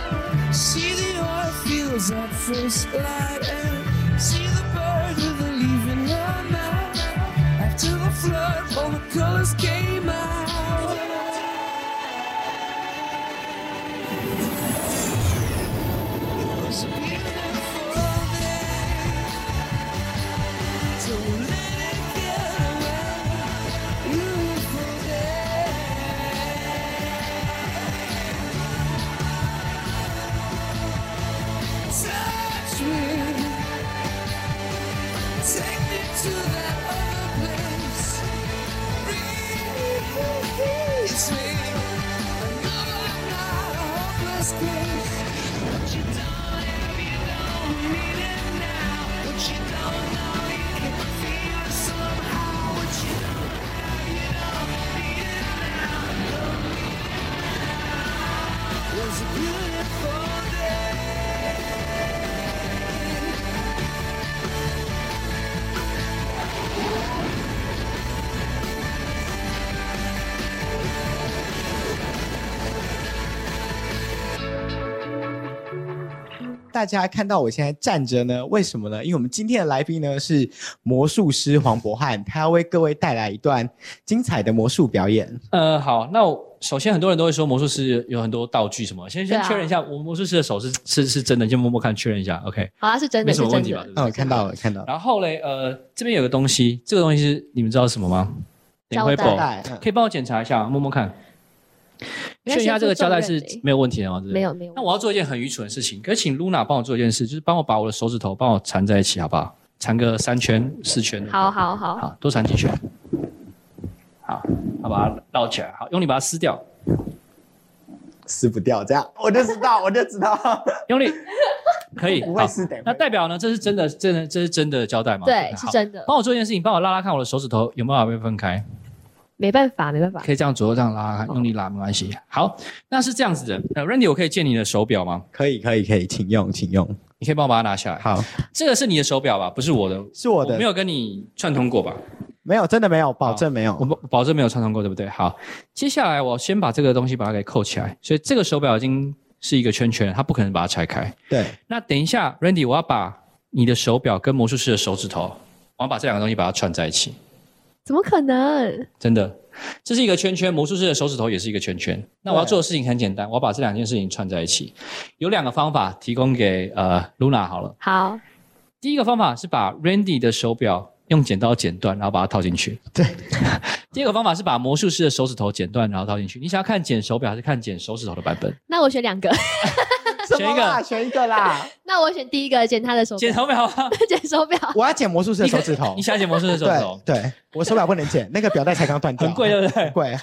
G: See the oil fields at first light. And see the bird with the leaf in her mouth. After the flood, all the colors came out. Take me to that other place. It's me. I know I'm not a hopeless case. But you don't if you don't need it now. But you don't know you can feel it somehow. What you don't have, you don't need it now. Don't need it now. Was a beautiful day.
D: 大家看到我现在站着呢，为什么呢？因为我们今天的来宾呢是魔术师黄博翰，他要为各位带来一段精彩的魔术表演。
F: 呃，好，那我首先很多人都会说魔术师有很多道具什么，先先
E: 对啊
F: 确认一下，我魔术师的手是是是真的，先摸摸看确认一下，OK，
E: 好啦，是真
F: 没
E: 的，
F: 什
E: 是
F: 么问
E: 真
F: 题吧？
E: 的
F: 对。不对
D: 哦，看到了，看到了，
F: 然后嘞，呃，这边有个东西，这个东西是你们知道是什么吗？
E: 胶
F: 会
E: 带
F: 宝，
D: 带嗯
F: 可以帮我检查一下，摸摸看，确
E: 人家
F: 认一下
E: 先
F: 这个
E: 负重
F: 胶带
E: 任
F: 是
E: 的欸
F: 没有问题的吗？对不对
E: 没有没有
F: 那我要做一件很愚蠢的事情，可是请 Luna 帮我做一件事，就是帮我把我的手指头帮我缠在一起，好不好？缠个三圈四圈。
E: 好好好，
F: 好，多缠几圈。好，好把它绕起来，好，用力把它撕掉，
D: 撕不掉，这样我就知道，我就知道，
F: 用力，可以。
D: 不
F: 好
D: 会撕的。
F: 那代表呢？这是真的，真的，这是真的胶带吗？
E: 对，是
F: 好。
E: 真的，
F: 帮我做一件事情，帮我拉拉看我的手指头有没有办法被分开。
E: 没办法，没办法。
F: 可以这样左右这样拉，用力拉没关系。好，那是这样子的。呃，Randy，我可以借你的手表吗？
D: 可以，可以，可以，请用，请用。
F: 你可以帮我把它拿下来。
D: 好，
F: 这个是你的手表吧？不是我的，
D: 是我的，
F: 没有跟你串通过吧？
D: 没有，真的没有，保证没有。
F: 我保保证没有串通过，对不对？好，接下来我先把这个东西把它给扣起来，所以这个手表已经是一个圈圈，它不可能把它拆开。
D: 对，
F: 那等一下，Randy，我要把你的手表跟魔术师的手指头，我要把这两个东西把它串在一起。
E: 怎么可能？
F: 真的，这是一个圈圈，魔术师的手指头也是一个圈圈。那我要做的事情很简单，我要把这两件事情串在一起。有两个方法提供给呃 Luna 好了。
E: 好，
F: 第一个方法是把 Randy 的手表用剪刀剪断，然后把它套进去。
D: 对。
F: [LAUGHS] 第二个方法是把魔术师的手指头剪断，然后套进去。你想要看剪手表还是看剪手指头的版本？
E: 那我选两
D: [LAUGHS]
E: 个，[LAUGHS]
D: 什么啊啦，选一个啦。
E: 那我选第一个，剪他的手
F: 剪
E: 表，
F: 手表啊！
E: [LAUGHS] 剪手表。
D: 我要剪魔术师的手指头
F: 你。 [LAUGHS] 想剪魔术师的手指头
D: 对，对，我手表不能剪，那个表带才刚断掉，
F: [LAUGHS] 很贵，对不对
D: 很？贵。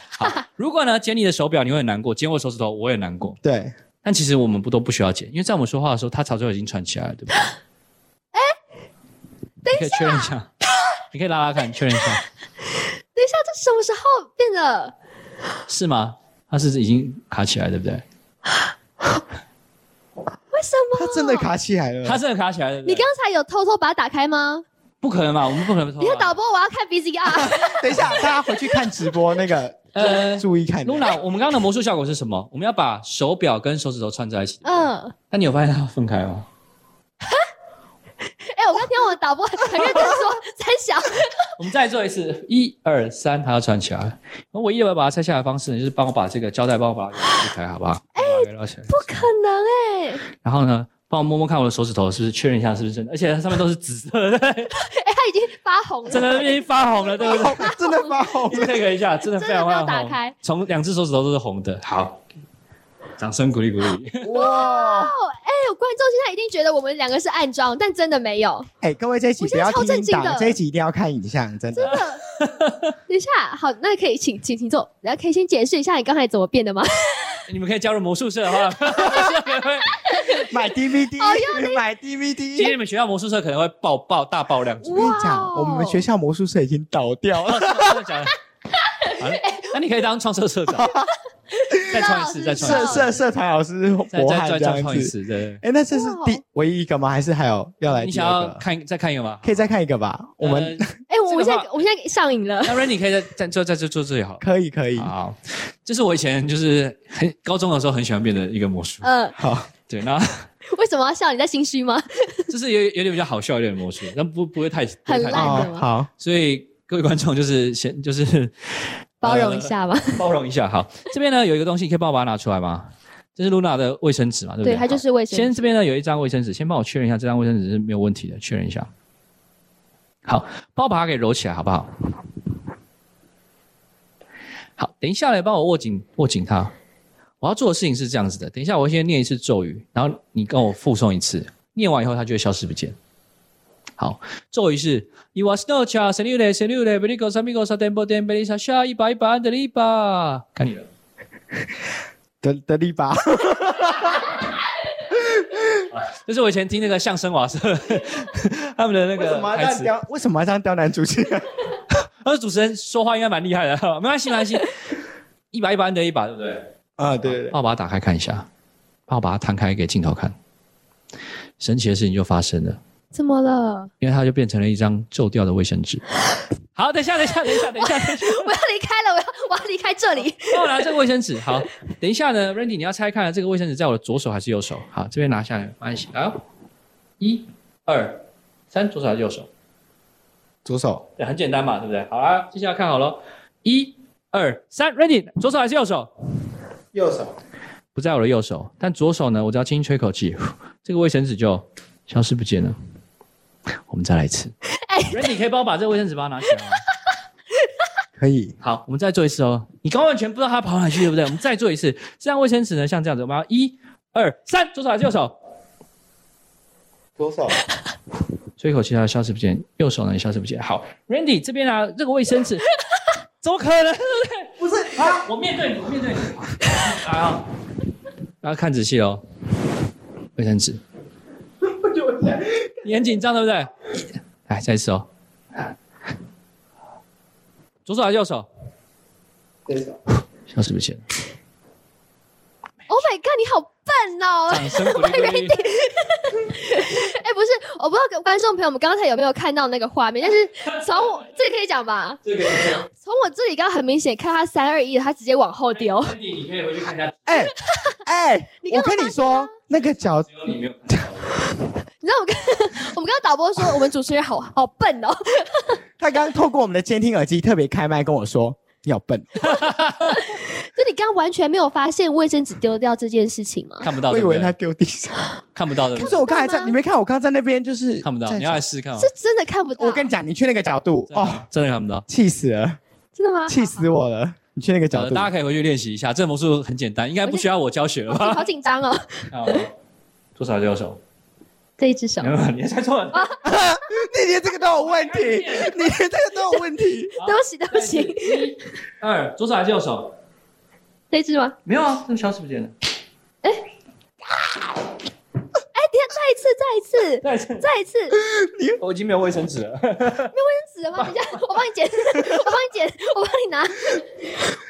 F: 如果呢剪你的手表，你会很难过；剪我手指头，我也难过。
D: 对，
F: 但其实我们不都不需要剪，因为在我们说话的时候，它早就已经串起来了，对不对？哎、你可以确认一下，你可以拉拉看，确认一下，
E: 等一下，这什么时候变的？
F: 是吗？它是已经卡起来，对不对？
E: 为什
D: 它
E: 么？
D: 真的卡起来了。
F: 它真的卡起来，对不啊对
E: 你刚才有偷偷把它打开吗？
F: 不可能吧？我们不可能偷
E: 你的
F: 吧。
E: 导播，我要看
F: [LAUGHS]
E: VCR。
D: 等一下，大家回去看直播那个，
F: 呃
D: 注意看。
F: Luna，我们刚刚的魔术效果是什么？我们要把手表跟手指头串在一起。
E: 嗯，
F: 那你有发现它分开吗？
E: 哎，我刚听我的导播很认真说 [LAUGHS] 三小，
F: 我们再做一次，一二三，它要串起来。我唯一要把它拆下来的方式呢，就是帮我把这个胶带帮我把它给撕开，好不好？哎、不
E: 不可能哎！
F: 然后呢，帮我摸摸看我的手指头是不是确认一下是不是真的，而且它上面都是紫色的， [LAUGHS] 对
E: 哎，他已经发红了，
F: 真的已经发红了，对
E: [LAUGHS]
F: 不对？
D: 真的发
F: [LAUGHS]
D: 红
F: 你 check 一下，真的非常非常
E: 真的没有打
F: 红
E: 开，
F: 从两只手指头都是红的。好，掌声鼓励鼓励。
D: 哇！
E: 哦，哎，观众现在一定觉得我们两个是暗装，但真的
F: [LAUGHS]
E: 没有。
D: 哎，各位这一集不
E: 我现在
D: 要
E: 超
D: 听音
E: 震惊的
D: 档，这一集一定要看影像，真的。
E: 等一下，好，那可以请请请坐，然后可以先解释一下你刚才怎么变的吗？
F: [LAUGHS] 你们可以加入魔术社的话，
E: [LAUGHS]
F: 魔术社可能会
D: 买
E: 哦
D: DVD，买 [LAUGHS] DVD。
F: 今天你们学校魔术社可能会爆爆大爆
E: [LAUGHS]
F: 量。啊
E: 哦
F: 真
D: 我跟你讲，我们学校魔术社已经倒掉
F: [LAUGHS]
D: 了。
F: 的假的？好了那啊你可以当创社社长，
E: [LAUGHS]
F: 再创一次，再创
D: 社
F: 一次，
D: 社社团老师
F: 再
D: 博
F: 再
D: 翰
F: 再
D: 这
F: 再
D: 样
F: 创一
D: 子。
F: 次，对。
D: 哎，那这是
E: 哇
D: 第唯一一个吗？还是还有要来
F: 你
D: 第
F: 想
D: 二
F: 要
D: 个？
F: 看再看一个吗？
D: 可以再看一个吧？我们
F: 呃
E: 哎，我们
F: 这
E: 现
F: 个
E: 在
F: 话
E: 我们现在上瘾了。
F: 那 Randy 可以在在就在这做这里好了。
D: 可以可以。
F: 好，这是我以前就是很高中的时候很喜欢变的一个魔术。
E: 嗯，
D: 好，
F: 对，那 [LAUGHS]
E: 为什么要笑？你在心虚吗？
F: 就是有有点比较好笑一点的魔术，但不不会太不会
E: 很
F: 太
E: 烂
D: 哦
E: 的吗
D: 好，
F: 所以各位观众就是先 [LAUGHS] 就是
E: 包容一，下吧。
F: 呃包容一下。好，这边呢有一个东西，可以帮我把它拿出来吗？这是 Luna 的卫生纸嘛，对不
E: 对，
F: 对？
E: 它就是卫
F: 好。先
E: 生。
F: 这边呢有一张卫生纸，先帮我确认一下，这张卫生纸是没有问题的，确认一下。好，帮我把它给揉起来，好不好？好，等一下来帮我握紧握紧它。我要做的事情是这样子的，等一下我会先念一次咒语，然后你跟我附送一次，念完以后它就会消失不见。好，咒语是 i was no c h a s e n u le s e n u le b e l i g o s a m i g o s a tempo t e m b e l i s a sha 一把一把 a n d e l i b a 看你了。
D: 德德利吧，
F: 这是我以前听那个相声瓦舍 [LAUGHS] 他们的那
D: 为什
F: 个
D: 么要
F: 台
D: 这样
F: 词，
D: 刁？为什么要这样刁难主持
F: [LAUGHS]
D: 人？
F: 他说主持人说话应该蛮厉害的， [LAUGHS] 没关系没关系，一把一把 a 的一把，对不对？
D: 啊，对对对，
F: 帮我把它打开看一下，帮我把它摊开给镜头看。神奇的事情就发生了，
E: 怎么了？
F: 因为它就变成了一张皱掉的卫生纸。 [GASPS] 好，等一下，等一下，等一下，等一下，等一下，
E: 我要离开了，我要我要离开这里。
F: [LAUGHS] 帮我拿这个卫生纸。好，等一下呢，Randy，你要猜看这个卫生纸在我的左手还是右手？好，这边拿下来，放一起来哦。一、二、三，左手还是右手？
D: 左手
F: 对，很简单嘛，对不对？好啦，接下来看好了，一、二、三，Randy，左手还是右手？
D: 右手，
F: 不在我的右手，但左手呢，我只要轻轻吹口气，呼这个卫生纸就消失不见了。我们再来一次。Randy，可以帮我把这个卫生纸把它拿起来吗？
D: 可以。
F: 好，我们再做一次哦。你刚完全不知道它跑哪去，对不对？我们再做一次。 [LAUGHS] 这张卫生纸呢，像这样子，我们要一、二、三，左手还是右手？
D: 左手，
F: 吹一口气，它消失不见；右手呢，也消失不见。好，Randy 这边啊，这个卫生纸， [LAUGHS] 怎么可能？对不对？不是，啊，我面对你，我面对你。好来啊，大家看仔细哦，卫生纸。你很紧张对不对？来，再一次哦。左手还是右手？右手。消失不见了。
E: Oh my god，你好笨哦！
F: 掌声鼓励鼓励。
E: 哎，不是，我不知道观众朋友们刚才有没有看到那个画面，
F: [LAUGHS]
E: 但是从我这里可以讲吧，
F: 这个
E: 从我这里刚刚很明显看他三二一，他直接往后丢。
F: Randy，你可以回去看一下，
D: [LAUGHS] 哎哎，
E: 你
D: 我
E: 干嘛
D: 跟你说，那个脚
F: 只有你没有看到。
E: 你知道我刚我们刚刚导播说我们主持人好好笨哦， [LAUGHS]
D: 他刚刚透过我们的监听耳机特别开麦跟我说：“你好笨。
E: 就你刚刚完全没有发现卫生纸丢掉这件事情吗？
F: 看不”到，
D: 我
F: 对
D: 以
F: 不
D: 为
F: 对
D: 他丢地上，
F: 看不到的，
D: 不是我刚才在，你没看我刚刚在那边就是
F: 看不到，
D: 在
F: 你要来试试看吗
E: 是？真的看不到，
D: 我跟你讲，你去那个角度
F: 真的
D: 哦，
F: 真的看不到。
D: 气死了，
E: 真的吗？
D: 气死我了！你去那个角
F: 呃
D: 度，
F: 大家可以回去练习一下，这个魔术很简单，应该不需要我教学了
E: 好紧
F: 吧？
E: 好紧张哦，
F: 看好吗左手还是右手？
E: 这一只手
F: 没。有，你猜错了。
D: 你连这个都有问
E: 哦
D: 题，你连这个都有问题。
E: 对不起，对不
F: 再一
E: 起，
F: 次一、二，左手还是右手？
E: 这一只吗？
F: 没有啊，这个消失不见了。
E: 哎，等一下，再一次，
F: 再一次，
E: 再一次，再一次，
F: 我已经没有卫生纸了。
E: 死了吗？等一下，我帮你捡，我帮你捡，我帮你拿。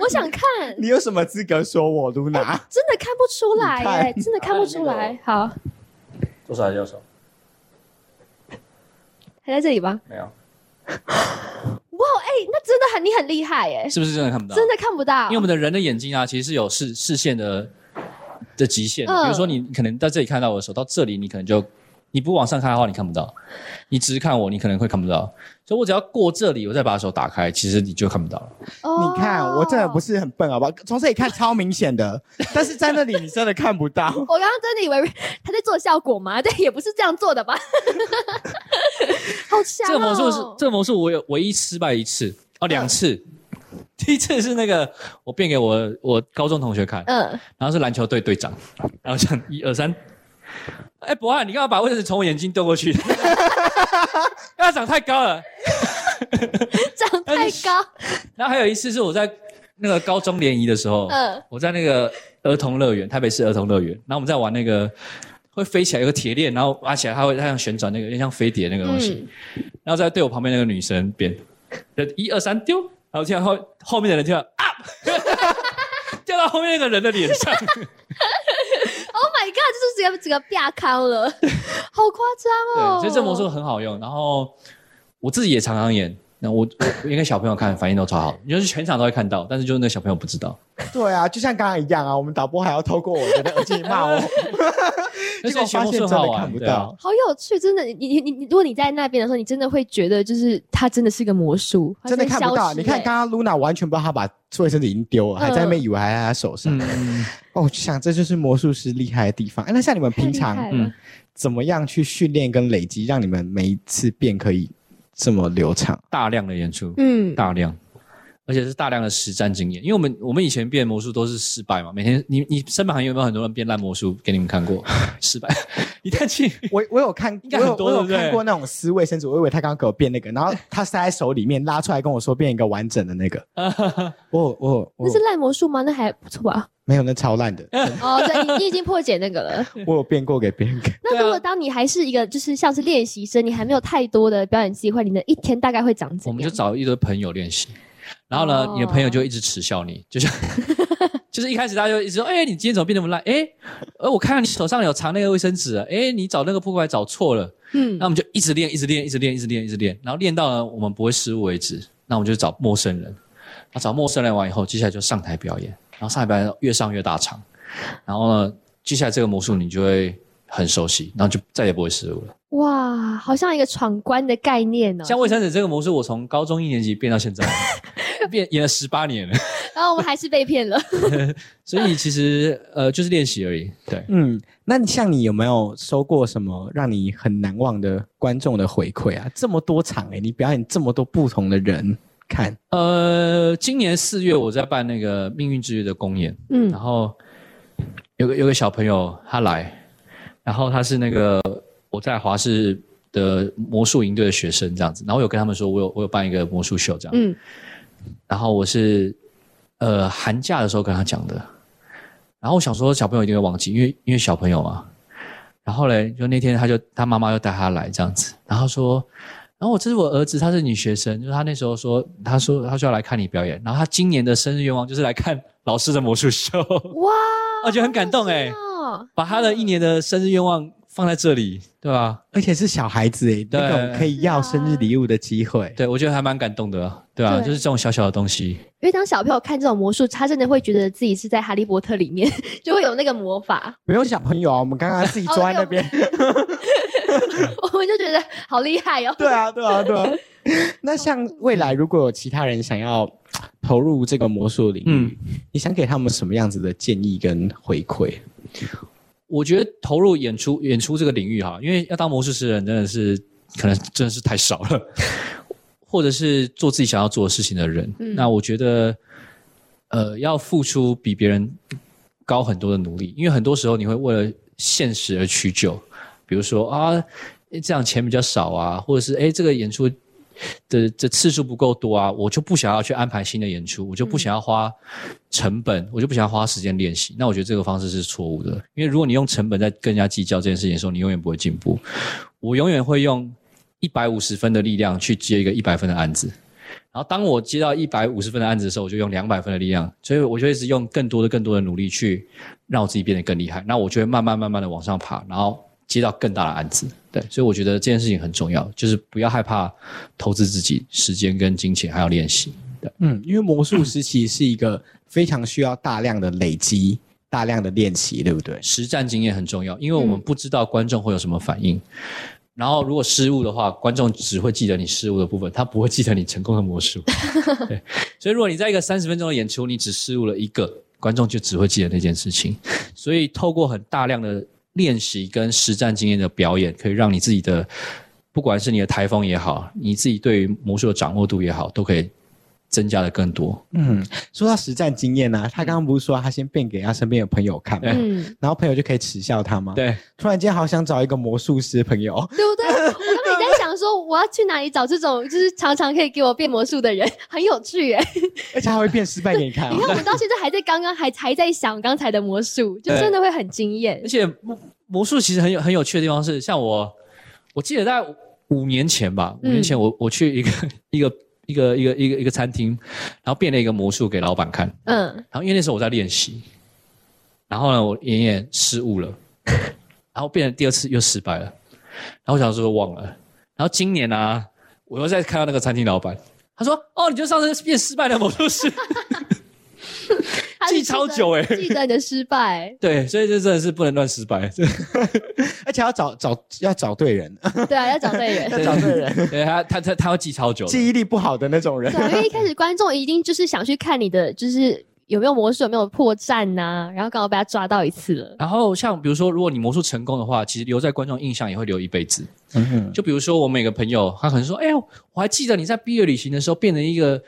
E: 我想看，
D: [LAUGHS] 你有什么资格说我露娜？
E: 真的看不出
D: 你
E: 来
D: 看
E: 耶，真的看不出来。好，
F: 左手还是右手？
E: 还在这里吧？
F: 没有，
E: 哇，哎，那真的很，你很厉害耶，
F: 是不是真的看不到？
E: 真的看不到
F: 因为。我们的人的眼睛啊，其实是有视视线的的极限的。
E: 嗯
F: 比如说，你可能在这里看到我的手，到这里你可能就你不往上看的话，你看不到；你直看我，你可能会看不到。所以我只要过这里，我再把手打开，其实你就看不到了。
E: 哦
D: 你看，我真的不。是很笨，好不好？从这里看超明显的， [LAUGHS] 但是在那里你真的看不到。
E: 我刚刚真的以为 [LAUGHS] 他在做效果吗？但也不是这样做的吧？好强、哦！
F: 这个魔术是这个魔术，我有唯一失败一次哦，两次。
E: 嗯
F: 第一次是那个我变给我我高中同学看，
E: 嗯，
F: 然后是篮球队队长，然后像一二三。哎，博翰，你干嘛把卫生纸从我眼睛丢过去？ [LAUGHS] 他长太高了。
E: 长太高，
F: 然后还有一次是我在那个高中联谊的时候，
E: 嗯
F: 我在那个儿童乐园，台北市儿童乐园，然后我们在玩那个会飞起来有个铁链，然后挖起来它会它像旋转那个，有点像飞碟那个东
E: 嗯
F: 西，然后再对我旁边那个女生变，就一二三丢，然后听到后后面的人听到啊， [LAUGHS] 掉到后面那个人的脸
E: [LAUGHS]
F: 上，
E: Oh my god！这就是整个整个啪康了，好夸张哦！
F: 对，所以这魔术很好用。然后我自己也常常演，那我我我演给小朋友看，反应都超好，就是全场都会看到，但是就是那小朋友不知道。
D: [LAUGHS] 对啊，就像刚刚一样啊，我们导播还要透过我的耳机骂
E: [LAUGHS]
D: 我，
F: 但
D: 结
F: 是
D: 果
F: 学
D: 发
F: 魔
D: 现
F: 术
D: 真
F: 很好
D: 的
F: 玩，
D: 看不
F: 对啊
D: 到。
E: 好有趣，真的，你你你，你如果你在那边的时候，你真的会觉得就是它真的是个魔术，它
D: 真的
E: 会
D: 看不
E: 消
D: 到。
E: 失
D: 你看
E: 欸嗯
D: 刚刚露娜完全不知道她把卫生纸已经丢了，还在那边以为还在她手上。
F: 嗯，
D: 哦，我就想这就是魔术师厉害的地方。哎，那像你们
E: 太
D: 平
E: 厉
D: 常
E: 害了
F: 嗯
D: 怎么样去训练跟累积，让你们每一次变可以这么流畅？
F: 大量的演出，
E: 嗯，
F: 大量。而且是大量的实战经验。因为我们我们以前变魔术都是失败嘛，每天你你身旁有没有很多人变烂魔术给你们看过 [LAUGHS] 失败？一旦 [LAUGHS] 去
D: 我我有看，
F: 应
D: 我
F: 该
D: 有
F: 很多
D: 我有
F: 对不对
D: 看过那种撕卫生纸，我以为他刚刚给我变那个，然后他塞在手里面拉出来跟我说变一个完整的那个，我有我有我
E: 那
D: 有
E: 是烂魔术吗？那还不错吧？
D: 没有那超烂的，
E: 哦，对，你你已经破解那个了。
D: 我有变过给别人看。
E: 那如果当你还是一个就是像是练习生，你还没有太多的表演机会，你的一天大概会长怎
F: 我
E: 样？
F: 们就找一堆朋友练习，然后呢，
E: 哦
F: 你的朋友就一直耻笑你， [LAUGHS] 就像就是一开始大家就一直说，哎、你今天怎么变那么烂？哎、呃，我看到你手上有藏那个卫生纸了，哎、你找那个扑克牌找错了，
E: 嗯
F: 那我们就一直练，一直练，一直练，一直练，一直练，然后练到呢，我们不会失误为止，那我们就找陌生人，然后找陌生人完以后，接下来就上台表演，然后上台表演越上越大场，然后呢，接下来这个魔术你就会很熟悉，然后就再也不会失误了。
E: 哇，好像一个闯关的概念哦。
F: 像卫生纸这个魔术，我从高中一年级变到现在，变演了十八年了。
E: 然后我们还是被骗了。
F: 所以其实呃，就是练习而已。对，
D: 嗯，那你像你有没有收过什么让你很难忘的观众的回馈啊？这么多场哎、你表演这么多不同的人看，
F: 呃，今年四月我在办那个命运之约的公演，
E: 嗯
F: 然，后有个有个小朋友他来，然后他是那个我在华视的魔术营队的学生这样子，然后我有跟他们说我有我有办一个魔术秀这样，
E: 嗯，
F: 然后我是呃寒假的时候跟他讲的，然后我想说小朋友一定会忘记，因为因为小朋友嘛，然后嘞就那天他就他妈妈就带他来这样子，然后说。然后我这是我儿子，他是女学生，就是他那时候说，他说他说要来看你表演，然后他今年的生日愿望就是来看老师的魔术秀。 [LAUGHS]
E: 哇，
F: 我觉得很感动哎、
E: 好开心哦
F: 把他的一年的生日愿望放在这里，对吧？
D: 而且是小孩子哎、那种可以要生日礼物的机
E: 啊
D: 会。
F: 对，我觉得还蛮感动的啊，对吧、
E: 对
F: 就是这种小小的东西，
E: 因为当小朋友看这种魔术，他真的会觉得自己是在《哈利波特》里面， [LAUGHS] 就会有那个魔法， [LAUGHS]
D: 没有小朋友啊，我们刚刚自己坐在那边。
E: 我们就觉得好厉害哦。
D: 对啊，对啊，对啊。 [LAUGHS] 那像未来如果有其他人想要投入这个魔术领域，你想给他们什么样子的建议跟回馈？
F: 我觉得投入演出演出这个领域哈，因为要当魔术师的人真的是可能真的是太少了， [LAUGHS] 或者是做自己想要做的事情的人。
E: 嗯
F: 那我觉得，呃，要付出比别人高很多的努力，因为很多时候你会为了现实而取久，比如说啊，诶这样钱比较少啊，或者是诶这个演出的这次数不够多啊，我就不想要去安排新的演出，我就不想要花成本，我就不想要花时间练习。那我觉得这个方式是错误的，因为如果你用成本在跟人家计较这件事情的时候，你永远不会进步。我永远会用一百五十分的力量去接一个一百分的案子。然后当我接到一百五十分的案子的时候，我就用两百分的力量，所以我就一直用更多的、更多的努力去让我自己变得更厉害。那我就会慢慢、慢慢的往上爬，然后接到更大的案子。对，所以我觉得这件事情很重要，就是不要害怕投资自己时间跟金钱，还有练习。
D: 嗯，因为魔术师其实是一个非常需要大量的累积、大量的练习，对不对？
F: 实战经验很重要，因为我们不知道观众会有什么反应。然后如果失误的话，观众只会记得你失误的部分，他不会记得你成功的魔术。对，所以如果你在一个三十分钟的演出，你只失误了一个，观众就只会记得那件事情。所以透过很大量的练习跟实战经验的表演，可以让你自己的，不管是你的台风也好，你自己对于魔术的掌握度也好，都可以增加的更多。
D: 嗯，说到实战经验呢、啊他刚刚不是说他先变给他身边的朋友看吗？
E: 嗯，
D: 然后朋友就可以耻笑他吗？。
F: 对，
D: 突然间好想找一个魔术师朋友， [LAUGHS]
E: 对不对？我刚刚也在想说，我要去哪里找这种就是常常可以给我变魔术的人，很有趣哎。
D: 而且还会变失败给 [LAUGHS] 你看、
E: 你看，我
D: 啊。
E: 们到现在还在刚刚还还在想刚才的魔术，就真的会很惊艳
F: 而。且魔魔术其实很有很有趣的地方是，像我，我记得在五年前吧，五
E: 嗯
F: 年前我我去一个一个一个一个一个一个餐厅，然后变了一个魔术给老板看，
E: 嗯，
F: 然后因为那时候我在练习，然后呢我演一演失误了，然后变成第二次又失败了，然后我想说忘了，然后今年啊，我又再看到那个餐厅老板，他说哦你就上次变失败的魔术师，
E: 他是
F: 记超久欸，
E: 记得记得你的失败
F: [LAUGHS] 对，所以这真的是不能乱失败，
D: 而且要找找要找对人，
E: 对啊，要找对人。
D: 要找对人，
F: 对他他他他会记超久的，
D: 记忆力不好的那种人
E: 对。啊，因为一开始观众一定就是想去看你的，就是有没有魔术，有没有破绽呐、然后刚好被他抓到一次了。
F: 然后像比如说，如果你魔术成功的话，其实留在观众印象也会留一辈子。
D: 嗯
F: 就比如说我每个朋友，他可能说：“哎、呦，我还记得你在毕业旅行的时候变成一个。”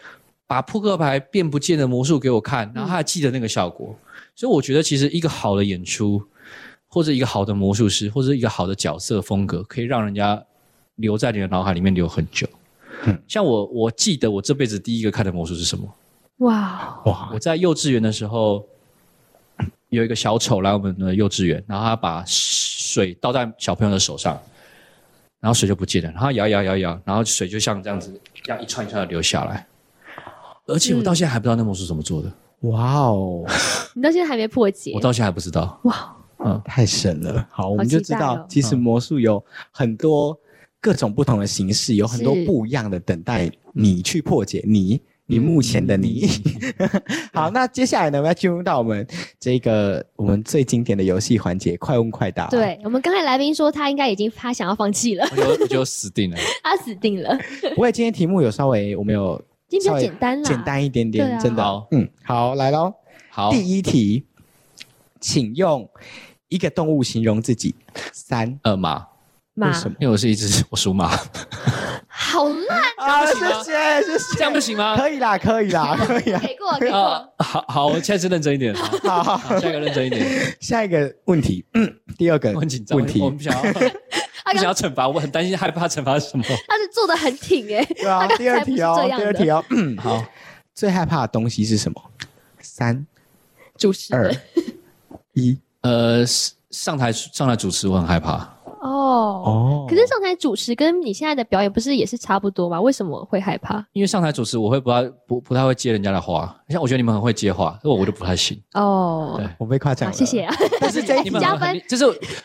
F: 把扑克牌变不见的魔术给我看，然后他还记得那个效果。所以我觉得，其实一个好的演出，或者一个好的魔术师，或者一个好的角色风格，可以让人家留在你的脑海里面留很久。像我，我记得我这辈子第一个看的魔术是什么？
E: 哇，
D: 哇，
F: 我在幼稚园的时候，有一个小丑来我们的幼稚园，然后他把水倒在小朋友的手上，然后水就不见了，然后摇摇摇摇，然后水就像这样子，这样一串一串的流下来。而且我到现在还不知道那魔术怎么做的，
D: 哇哦，
E: 你到现在还没破解
F: 我，到现在还不知道。
E: 哇，
D: 太神了！好，我们就知
E: 好
D: 道
E: 期待哦，
D: 其实魔术有很多各种不同的形式，有很多不一样的等待你去破解你。你目前的你，
E: 嗯
D: [LAUGHS] 好，那接下来呢，我们要进入到我们这个我们最经典的游戏环节——快问快答。，
E: 对我们刚才来宾说他应该已经他想要放弃了，
F: 我就我就死定了。
E: 他死定了，
D: 不过今天题目有稍微我们有
E: 今天
D: 稍
E: 比较
D: 微
E: 简单啦，
D: 简单一点点，
E: 对啊
D: 真的。
F: 好
D: 嗯，好，来喽。
F: 好，
D: 第一题，请用一个动物形容自己。三，
F: 呃马，
E: 嘛
D: 为，什么？
F: 因为我是一只我属马，
E: 好烂，啊
D: 啊，谢谢，谢谢。
F: 这样不行吗？
D: 可以啦，可以
E: [LAUGHS]
D: 啦，可以啦。
E: 给过给
F: 啊
E: 过，，
F: 好好，我下次认真一点，好
D: 好，
F: 好下一个认真一点。 [LAUGHS]
D: 下一个问题，嗯第二个
F: 我很紧张，
D: 问题
F: 我，们不
D: [LAUGHS]
F: 想要，不想要惩罚，我很担心害怕惩罚什么。
E: 他是做的很挺哎，
D: 对啊，第二题哦
E: 他刚才不是这，样
D: 第
E: 的
D: 二题哦，嗯
F: 好，
D: 最害怕的东西是什么？三
E: 主持
D: 二
E: 人
D: 一，
F: 呃，上台上台主持我很害怕，
E: 哦。
D: 哦
E: 可是上台主持跟你现在的表演不是也是差不多吗？为什么会害怕？
F: 因为上台主持我会不太不不太会接人家的话，像我觉得你们很会接话，我我就不太行。
E: 哦
F: 对，
D: 我被夸奖
E: 好，
D: 了，
E: 谢谢。啊。
D: 但是这一
F: 你
D: 题
F: 们
E: 加
F: 很
E: 分，
F: 就是，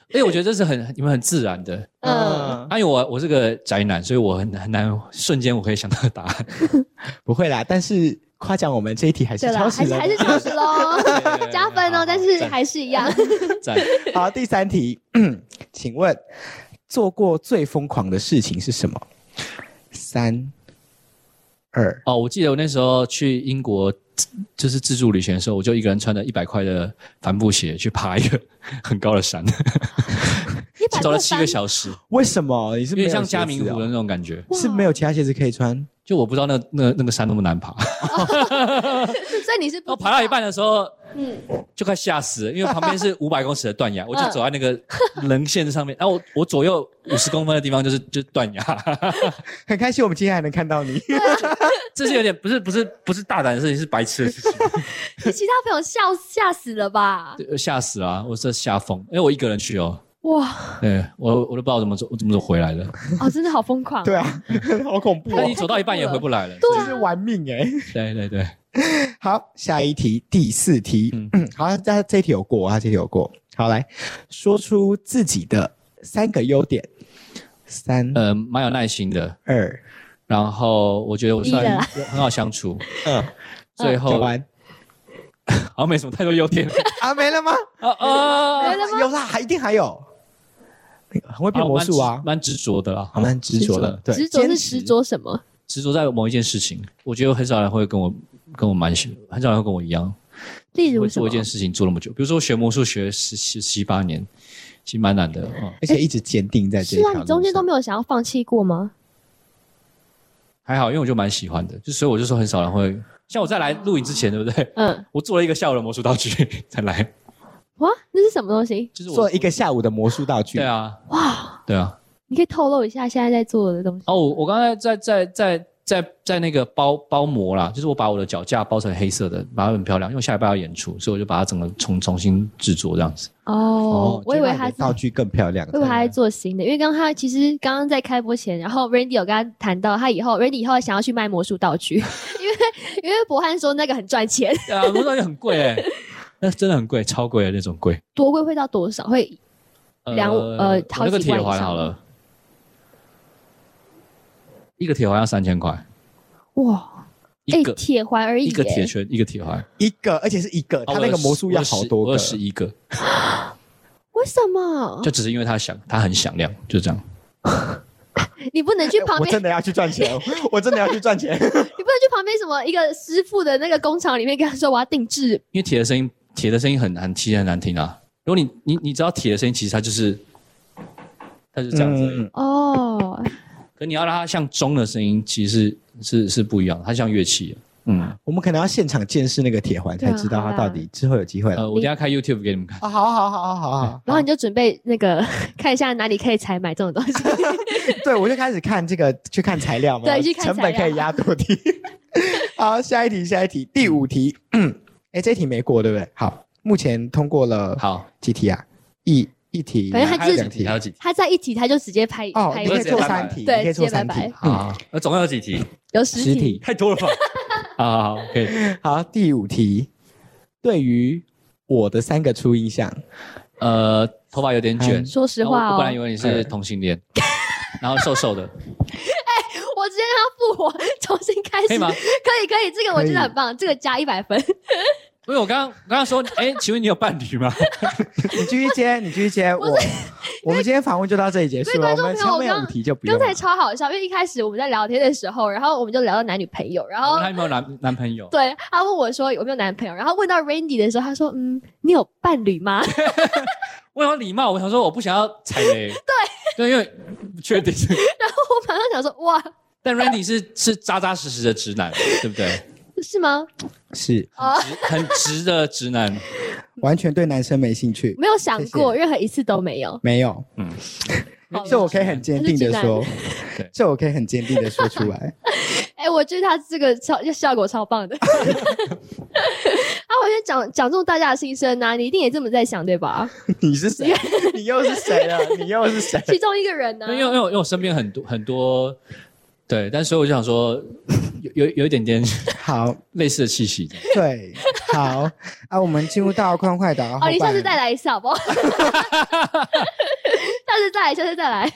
F: 因为我觉得这是很你们很自然的。
E: 嗯，
D: 嗯，
F: 啊，因为我我是个宅男，所以我很很难瞬间我可以想到答案。
D: 不会啦，但是夸奖我们这一题还是
E: 对了，
D: 超时
E: 还是
D: 了
E: 还。是超时
D: [LAUGHS]
E: 喽，
F: 对
E: 加分哦，但是还是一样。
F: 在
D: 好，第三题，嗯请问做过最疯狂的事情是什么？三二，
F: 哦，我记得我那时候去英国就是自助旅行的时候，我就一个人穿着一百块的帆布鞋去爬一个很高的
E: [LAUGHS]
F: 山，
E: 一百
F: 走
E: 多
F: 了七
E: 三
F: 个，小时，
D: 为什么你是
F: 有
D: 没有
F: 点像
D: 鞋子
F: 嘉明湖的
D: 哦
F: 那种感觉。
D: 是没有其他鞋子可以穿？
F: 就我不知道那那那个山那么难爬，
E: 所以你是
F: 然后
E: 不
F: 爬哦到一半的时候
E: 嗯，
F: 就快吓死了，因为旁边是五百公尺的断崖，我就走在那个棱线上面，然后我我左右五十公分的地方就是就是断崖， [LAUGHS]
D: 很开心我们今天还能看到你。
F: 这是有点不是不是不是大胆的事情，是白痴的事情，
E: 你其他朋友笑吓死了吧？
F: 对吓死了、啊，我这吓疯，因为我一个人去哦，
E: 哇，
F: 对我我都不知道怎么走，我怎么走回来的，
E: 哦，真的好
D: [LAUGHS]
E: 疯狂。
D: 对啊，好恐怖
F: 那
D: 哦
F: 你，走到一半也回不来了，
D: 这是玩命哎、
F: 对对对，
D: [LAUGHS] 好，下一题，第四题。
F: 嗯
D: 嗯，好，这这一题有过，啊他这题有过。好，来说出自己的三个优点。三
F: 呃，蛮有耐心的，
D: 二，
F: 然后我觉得我
E: 一人
F: 算
E: 啊
F: 很好相处，
E: 呃
D: 嗯，
F: 最
D: 讲
F: 后
D: 完
F: 好像没什么太多优点
D: 啊，没了吗？
F: 啊啊，
E: [LAUGHS] 没了吗
D: 有啦，还一定还有，那个很会变魔术啊，
F: 蛮执着的啦，
D: 好蛮执着的，对，
E: 执着
D: 坚
E: 是
D: 持
E: 执着什么？
F: 执着在某一件事情，我觉得很少人会跟我跟我蛮像，很少人会跟我一样，
E: 例如
F: 会
E: 什
F: 做
E: 么
F: 一？件事情做那么久。比如说我学魔术学十七十七八年，其实蛮难的哦，
D: 而且一直坚定在这一
E: 是
D: 条
E: 啊，
D: 路上。
E: 你中间都没有想要放弃过吗？
F: 还好，因为我就蛮喜欢的，就所以我就说很少人会。像我在来录影之前，对不对？ [LAUGHS]
E: 嗯，
F: 我做了一个下午的魔术道具 [LAUGHS] 才来，
E: 哇，那是什么东西？
F: 就是我
D: 做一个下午的魔术道具。
F: 对，啊，
E: 哇，
F: 对啊。
E: 你可以透露一下现在在做的东西。
F: 哦，我我刚才在在在在在那个包包膜啦，就是我把我的脚架包成黑色的，把它很漂亮，因为我下礼拜要演出，所以我就把它整个重重新制作这样子。
E: 哦，我以
D: 就
E: 为
D: 让你
E: 他
D: 的
E: 是
D: 道具更漂亮。啊
E: 我以为他在做新的，因为刚刚他其实刚刚在开播前，然后 Randy 有跟他谈到，他以后 Randy 以后想要去卖魔术道
F: [LAUGHS]
E: 具，因为因为博汉说那个很赚钱，
F: 对啊，魔术道具很贵
E: [LAUGHS]
F: 哎、那真的很贵，超贵的那种贵。
E: 多贵会到多少？会两呃
F: 我那
E: 好
F: 个
E: 几
F: 铁
E: 万以上
F: 环好了，一个铁环要三千块，
E: 哇，
F: 一
E: 哎，
F: 个、
E: 铁环而已，
F: 一个铁
E: 耶
F: 圈，一个铁环。
D: 一个，而且是一个，
F: 啊
D: 他那个魔术要好多个
F: 二。十一个，
E: 为什么
F: 就？只是因为他响，他很响亮，就这样。
E: 你不
F: 哎
E: 能去旁
D: 我
E: 边，
D: 真的要去赚钱， [LAUGHS] 我真的要去赚
F: [LAUGHS]
D: 钱。
E: 你不能去旁边什么一个师傅的那个工厂里面跟他说我要定制，
F: 因为铁的声音，铁的声音很难，其实很难听啊。如果你你你知道铁的声音，其实它就是，它就是这样子而已。
D: 嗯
E: 哦，
F: 可你要让它像钟的声音，其实是是是不一样的，它像乐器的。嗯，
D: 我们可能要现场见识那个铁环，
E: 对啊
D: 才知道
E: 好
D: 他
E: 啦
D: 到底之后有机会了。
F: 呃，我等一下开 YouTube 给你们看。
D: 啊，好好好好好好，
E: 然后你就准备那个 [LAUGHS] 看一下哪里可以采买这种东西，
D: [LAUGHS] [LAUGHS] 对我就开始看这个，去看材料嘛，
E: 对去看
D: 成本
E: 材
D: 可
E: 料
D: 以压多低。 [LAUGHS] 好，下一题，下一题，第五题， [CLEARS THROAT] 哎，这一题没过，对不对？好，目前通过了
F: 好，
D: 几题啊？一一题，
E: 反正它
D: 还有
E: 就是
D: 两题
F: 还，有几题？
E: 他在一题他就直接拍
D: 哦，
E: 拍
D: 你
E: 一
F: 我
D: 可以
F: 直
E: 个
F: 接
D: 做
F: 拜嗯
D: 三
F: 拜
D: 题，你
E: 对
D: 可以做
E: 直接拜
D: 三题
E: 拜。
F: 好，那啊呃总共有几 [LAUGHS] 题？
E: 有实
D: 十
E: 体
D: 题，
F: 太多了吧？ [LAUGHS] 好好好，可以。
D: 好，第五题，对于我的三个初印象，
F: 呃，头发有点卷，
E: 说实话
F: 然后我
E: 哦
F: 我本来以为你是同性恋， [LAUGHS] 然后瘦瘦的，
E: 我直接让他复活，重新开始，
F: 可以吗？
E: 可以可以，这个我觉
D: 可
E: 得
D: 以
E: 很棒，这个加一百分。
F: 因为我刚刚我刚刚
E: [LAUGHS]
F: 说，哎，请问你有伴侣吗？
D: 你继续接，你继续接，我 [LAUGHS] 我们今天访问就到这里结束了，
E: 因为
D: 我
E: 观众
D: 们
E: 朋友
D: 后面
E: 刚
D: 五题就不用
E: 刚
D: 了
E: 才。超好笑，因为一开始我们在聊天的时候，然后我们就聊到男女朋友，然
F: 我
E: 后
F: 问他有没有男男朋友？
E: 对他问我说有没有男朋友，然后问到 Randy 的时候，他说嗯，你有伴侣吗？
F: 我有礼貌，我想说我不想要踩
E: [LAUGHS]
F: 雷。对，对，因为不确定。
E: 然后我马上想说哇，
F: [LAUGHS] 但 Randy 是是扎扎实实的直男，对不对？
E: 是吗？
D: 是
E: 啊，
F: 直很直的直男。
D: 完全对男生没兴趣，
E: 没有想过，
D: 谢谢
E: 任何一次都没有。
D: 没有。 [LAUGHS]
F: 嗯，
E: 好
D: 这我可以很坚定的说
F: 对，
D: 这我可以很坚定的说出来。
E: 哎，我觉得他这个超效果超棒的。 [LAUGHS] 啊，我觉得讲讲中大家的心声啊呐、你一定也这么在想对吧？
D: [LAUGHS] 你是谁？啊
E: [LAUGHS]
D: 你又是谁了？你又是谁？啊
E: 其中一个人呢、啊
F: 因为因为我因为我身边很多很多，对，但所以我就想说，有有有一点 [LAUGHS] 点
D: 好，
F: 类似的气息。
D: 对，好啊，我们进入到快问快答。
E: 哦，你下次
D: 后半
E: 再来一次好 [LAUGHS] 不好？下次再来，下次再来。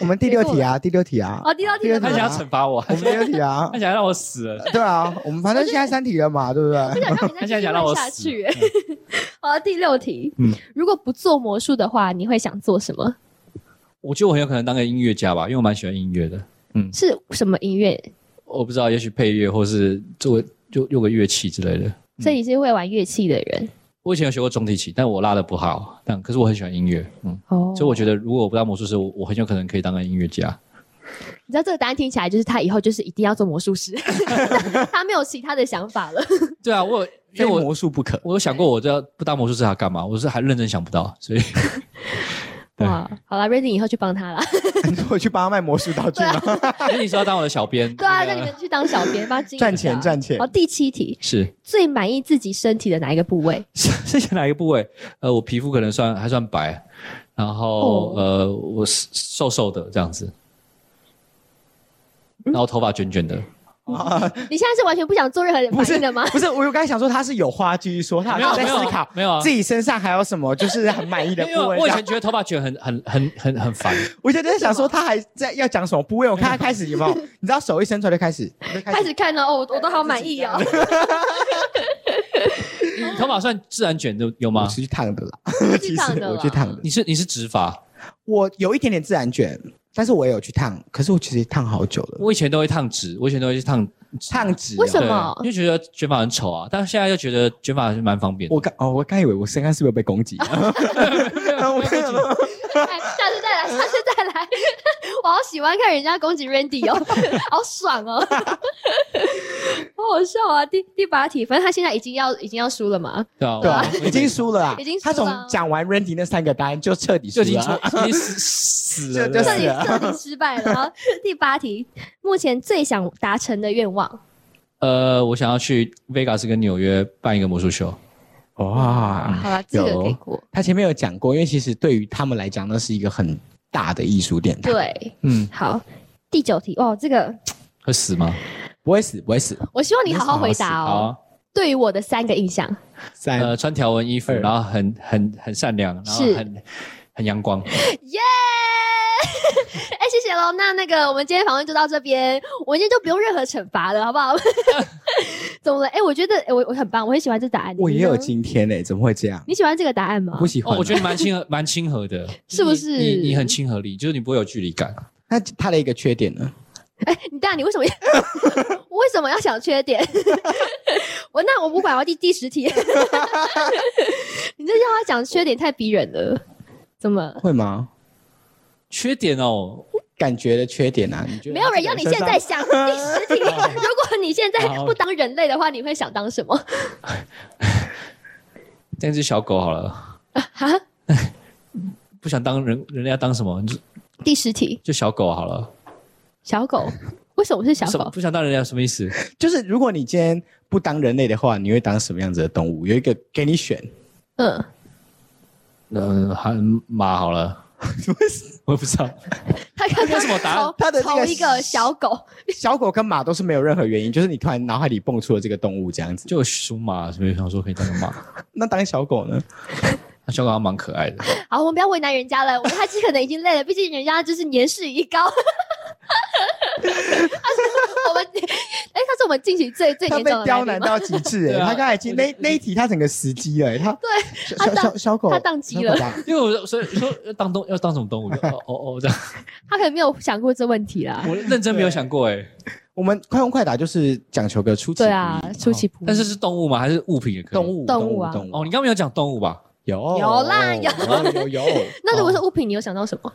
D: 我们第六题啊，第六题啊，
E: 哦，第六题
D: 第六
E: 了
D: 题
F: [LAUGHS] 他
E: 吗
F: 想要惩罚我，
D: 我们第六题啊
F: 他，想要让我死了。
D: [LAUGHS] 对啊，我们反正现在三题了嘛，对不
E: 不
D: 对？
E: 想让
F: 他现在
E: 人家继续
F: 想让我
E: 问下
F: 死
E: 去
F: 了。。嗯
E: [LAUGHS] 好，第六题，
F: 嗯
E: 如果不做魔术的话，你会想做什么？
F: 我觉得我很有可能当个音乐家吧，因为我蛮喜欢音乐的。
E: 是什么音乐？
F: 我不知道，也许配乐或是做就用个乐器之类的。
E: 所以你是会玩乐器的人
F: 我以前有学过中提琴，但我拉的不好。但可是我很喜欢音乐，嗯，
E: 哦。
F: 所以我觉得如果我不当魔术师，我我很有可能可以当个音乐家。
E: 你知道这个答案听起来就是他以后就是一定要做魔术师， [LAUGHS] 他没有其他的想法了。
F: 对啊，我有因为我
D: 术不 [LAUGHS] 可。
F: 我有想过，我这要不当魔术师要干嘛？我是还认真想不到，所以 [LAUGHS] 对
E: 哇，好啦 r a n d y 以后去帮
D: [LAUGHS]
E: 他啦。
D: 我去帮他卖魔术道具吗？
F: 所以你说要当我的小编，
E: 对啊，
F: 那
E: 那你
F: 个
E: 们去当小编，帮他经营
D: 赚
E: 一
D: 钱
E: 下
D: 赚钱
E: 啊好，。第七题，
F: 是
E: 最满意自己身体的哪一个部
D: [LAUGHS]
E: 位？
F: [LAUGHS] 是是选哪一个部位？呃，我皮肤可能算还算白，然后、
E: 哦
F: 呃，我瘦瘦的这样子，
D: 嗯
F: 然后头发卷卷的，
E: 你现在是完全不想做任何
D: 不
E: 反
D: 是
E: 应的吗？
D: 不是，我有刚才想说他是有话继续说，他好
F: 没有
D: 像在
F: 没有
D: 思考
F: 没有啊
D: 自。己身上还有什么就是很满意的
F: 因
D: 部 [LAUGHS]
F: 为我
D: 位。
F: 我
D: 这
F: 以
D: 样
F: 前觉得头发卷很很很很很烦，
D: 我就在想说他还在要讲什么部位，我看他开始有没有，你知道手一伸出来 [LAUGHS] 就开始，就
E: 开始看到哦，我我都好满意哦。
F: 你
D: 嗯
F: 头发算自然卷的有吗
D: 我？是去烫的啦，[LAUGHS]
E: 去
D: 其
E: 烫的啦
D: 实我去烫的，
F: 你是你是直发，
D: 我有一点点自然卷，但是我也有去烫，可是我其实烫好久了，
F: 我以前都会烫直，我以前都会去烫直
D: 烫直啊。
E: 为什么
F: 对因为觉得卷发很丑啊，但是现在就觉得卷发还是蛮方便的。
D: 我刚哦，我刚以为我身上是不是有被攻击？
F: 啊
D: 我没有
E: [LAUGHS] 哎，下次
D: [LAUGHS]
E: 再来，下次再来。 [LAUGHS] 我好喜欢看人家攻击 Randy 哦，
D: [LAUGHS]
E: 好爽哦， [LAUGHS] 好好笑啊！第第八题，反正他现在已经要已经要输了嘛，
F: 对啊，
D: 对啊
F: 我，
D: 已经输了啦，
E: 哦已经输
D: 他
E: 了啊
D: 从讲完 Randy 那三个答案就彻底输
F: 就已经
D: 了
F: 出
D: 啊，
F: 已经死死了，
D: 就
F: 对
D: 就
E: 彻
D: 是
E: 底
D: 啊
E: 彻底失败了。好，第八题，目前最想达成的愿望，
F: 呃，我想要去 Vegas 跟纽约办一个魔术秀，
D: 哇！
E: 好了，这个
D: 有
E: 给过。
D: 他前面有讲过，因为其实对于他们来讲，那是一个很大的艺术殿堂，，
E: 对，
F: 嗯，
E: 好，第九题，哦，这个
F: 会死吗？
D: 不会死，不会死。
E: 我希望你好好回
F: 好
E: 答
F: 啊，
E: 哦。对于我的三个印象，
D: 三
F: 呃，穿条纹衣服，
D: 二
F: 然后很很很善良，然后
E: 是
F: 很很阳光，
E: 耶！ [LAUGHS] 哎，谢谢喽。那那个，我们今天访问就到这边，我们今天就不用任何惩罚了，好不好？ [LAUGHS] 怎么了？哎，我觉得哎我我很棒，我很喜欢这答案。
D: 我
E: 你
D: 也
E: 呢
D: 有今天呢，怎么会这样？
E: 你喜欢这个答案吗
D: 我不？喜欢
F: 哦，
D: 啊。
F: 我觉得蛮 [LAUGHS] 亲和，蛮亲和的，
E: 是不
F: 你
E: 是
F: 你你很亲和力，就是你不会有距离感。
D: 那他的一个缺点呢？
E: 哎，你大，你为什么要 [LAUGHS] 为什么要想缺点？ [LAUGHS] 我那我不管，我要第第十题。 [LAUGHS] 你这要他讲缺点太逼人了，怎么？
D: 会吗？
F: 缺点哦，
D: 感觉的缺点啊？你觉得
E: 没有人要你现在想第十
F: [LAUGHS]
E: [LAUGHS] 题。如果你现在
F: 哦好
E: 不当人类的话，你会想当什么？
F: 当一只小狗好了，
E: 啊哈，
F: [LAUGHS] 不想当人，人类要当什么？就
E: 第十题，
F: 就小狗好了。
E: 小狗，为什么是小
F: 什么
E: 狗？
F: 不想当人类什么意思？
D: 就是如果你今天不当人类的话，你会当什么样子的动物？有一个给你 [LAUGHS] 选，
E: 嗯，
F: 嗯，还马好
E: [LAUGHS]
F: 了。我也不知道，
E: 他刚刚
F: 什么答案
E: 从
D: 他的那个
E: 从一个小狗，
D: 小狗跟马都是没有任何原因，就是你突然脑海里蹦出了这个动物这样子。
F: 就有属马，所以想说可以当个马。
D: 那当小狗呢？
F: 那小狗还蛮可爱的，
E: 好，我们不要为难人家了，我他可能已经累了，毕竟人家就是年事已高。他 [LAUGHS] 是我们，哎、他是我们近期最最
D: 他
E: 年
D: 被
E: 长的
D: 刁
E: 来
D: 难
E: 宾吗
D: 到极致哎、
F: 对啊
D: 他刚才已经那那一题他整个死机了、欸，他对
E: 他
D: 小
E: 当
D: 小小狗
E: 他宕机
D: 小
E: 了
D: 狗吧
F: 因为我所以说要当动要当什么动物？哦哦哦，这样
E: 他可能没有想过这问题啦。
F: 我认真没有想过哎。
D: 我们快问快答就是讲求个出其
E: 对啊
D: 不意，
E: 出其不意。
F: 但是是动物吗？还是物品也可以？
D: 动物
E: 动物啊
D: 动物
F: 哦，你刚刚没有讲动物吧？
D: 有哦
E: 有啦有
D: 有有有，
E: 那如果是物品，你有想到什么？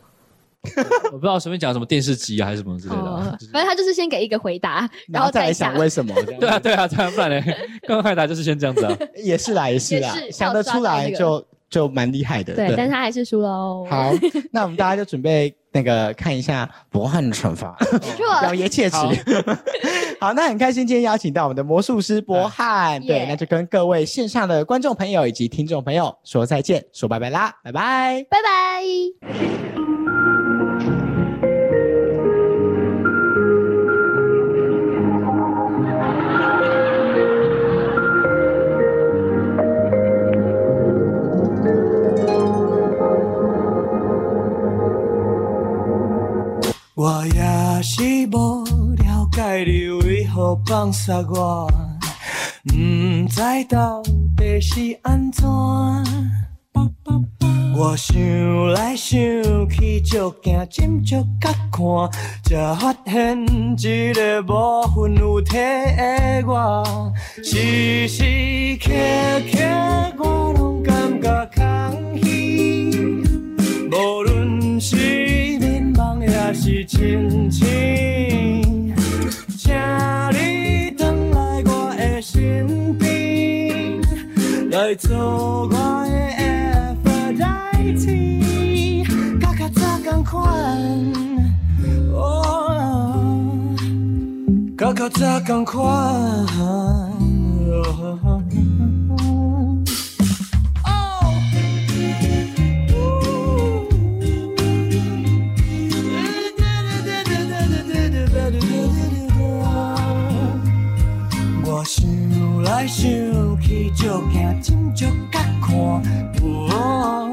F: 我不知道随便讲什么电视机啊，还是什么之类的啊。
E: 哦，反正他就是先给一个回答，
D: 然
E: [LAUGHS] 然
D: 后
E: 后
D: 再来
E: 再
D: 想
E: 想。
D: 为什 [LAUGHS] 么？这样
F: 对啊，对啊，对啊，不然嘞，刚刚快答就是先这样子啊。
D: 也是啦，也是啦
E: 也，是
D: 想得出来就就蛮厉害的。
E: 对，但是他还是输了哦。 [LAUGHS]
D: 好，那我们大家就准备那个看一下博汉惩罚，
E: 没错，
D: 咬牙切齿。
F: 好
D: 好， [LAUGHS] 那很开心今天邀请到我们的魔术师博汉，对，
E: 耶
D: 那就跟各位线上的观众朋友以及听众朋友说再见，说拜拜啦，拜拜。
E: 拜拜。
G: 我也是无了解你为何放下我，毋知到底是安怎。我想来想去，照镜斟酌甲看，才发现一个无魂有体的我，时时刻刻我拢感觉空虚。无论是眠梦也是清醒，请你回来我的身边，来做我的 Aphrodite，甲较早同款，哦，甲较早同款。哦哦我想来想去，照镜斟酌甲看。哦哦哦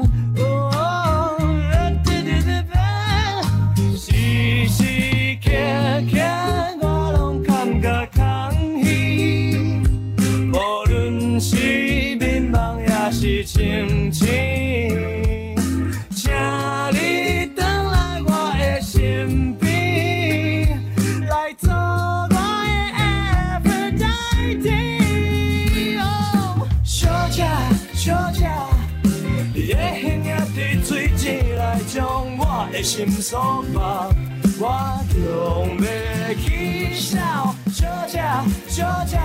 G: 时时刻刻我拢感觉空虚。无论是眠梦也是清醒，请你回来我的身边，来做我的 Aphrodite。哦小姐，小姐，你的形影滴水井来将我的心所绑，我用袂起笑。小姐，小姐，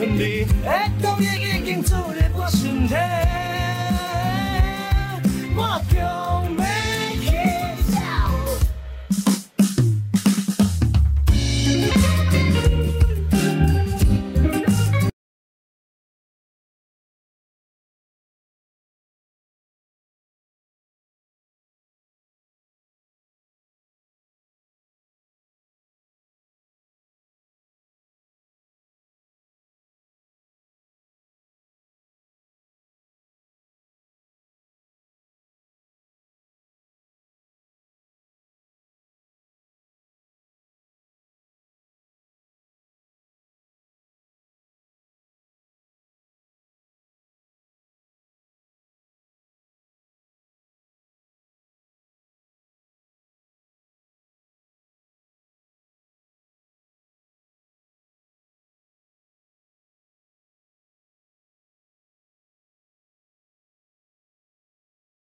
G: 你的动力已经注入我身体，我用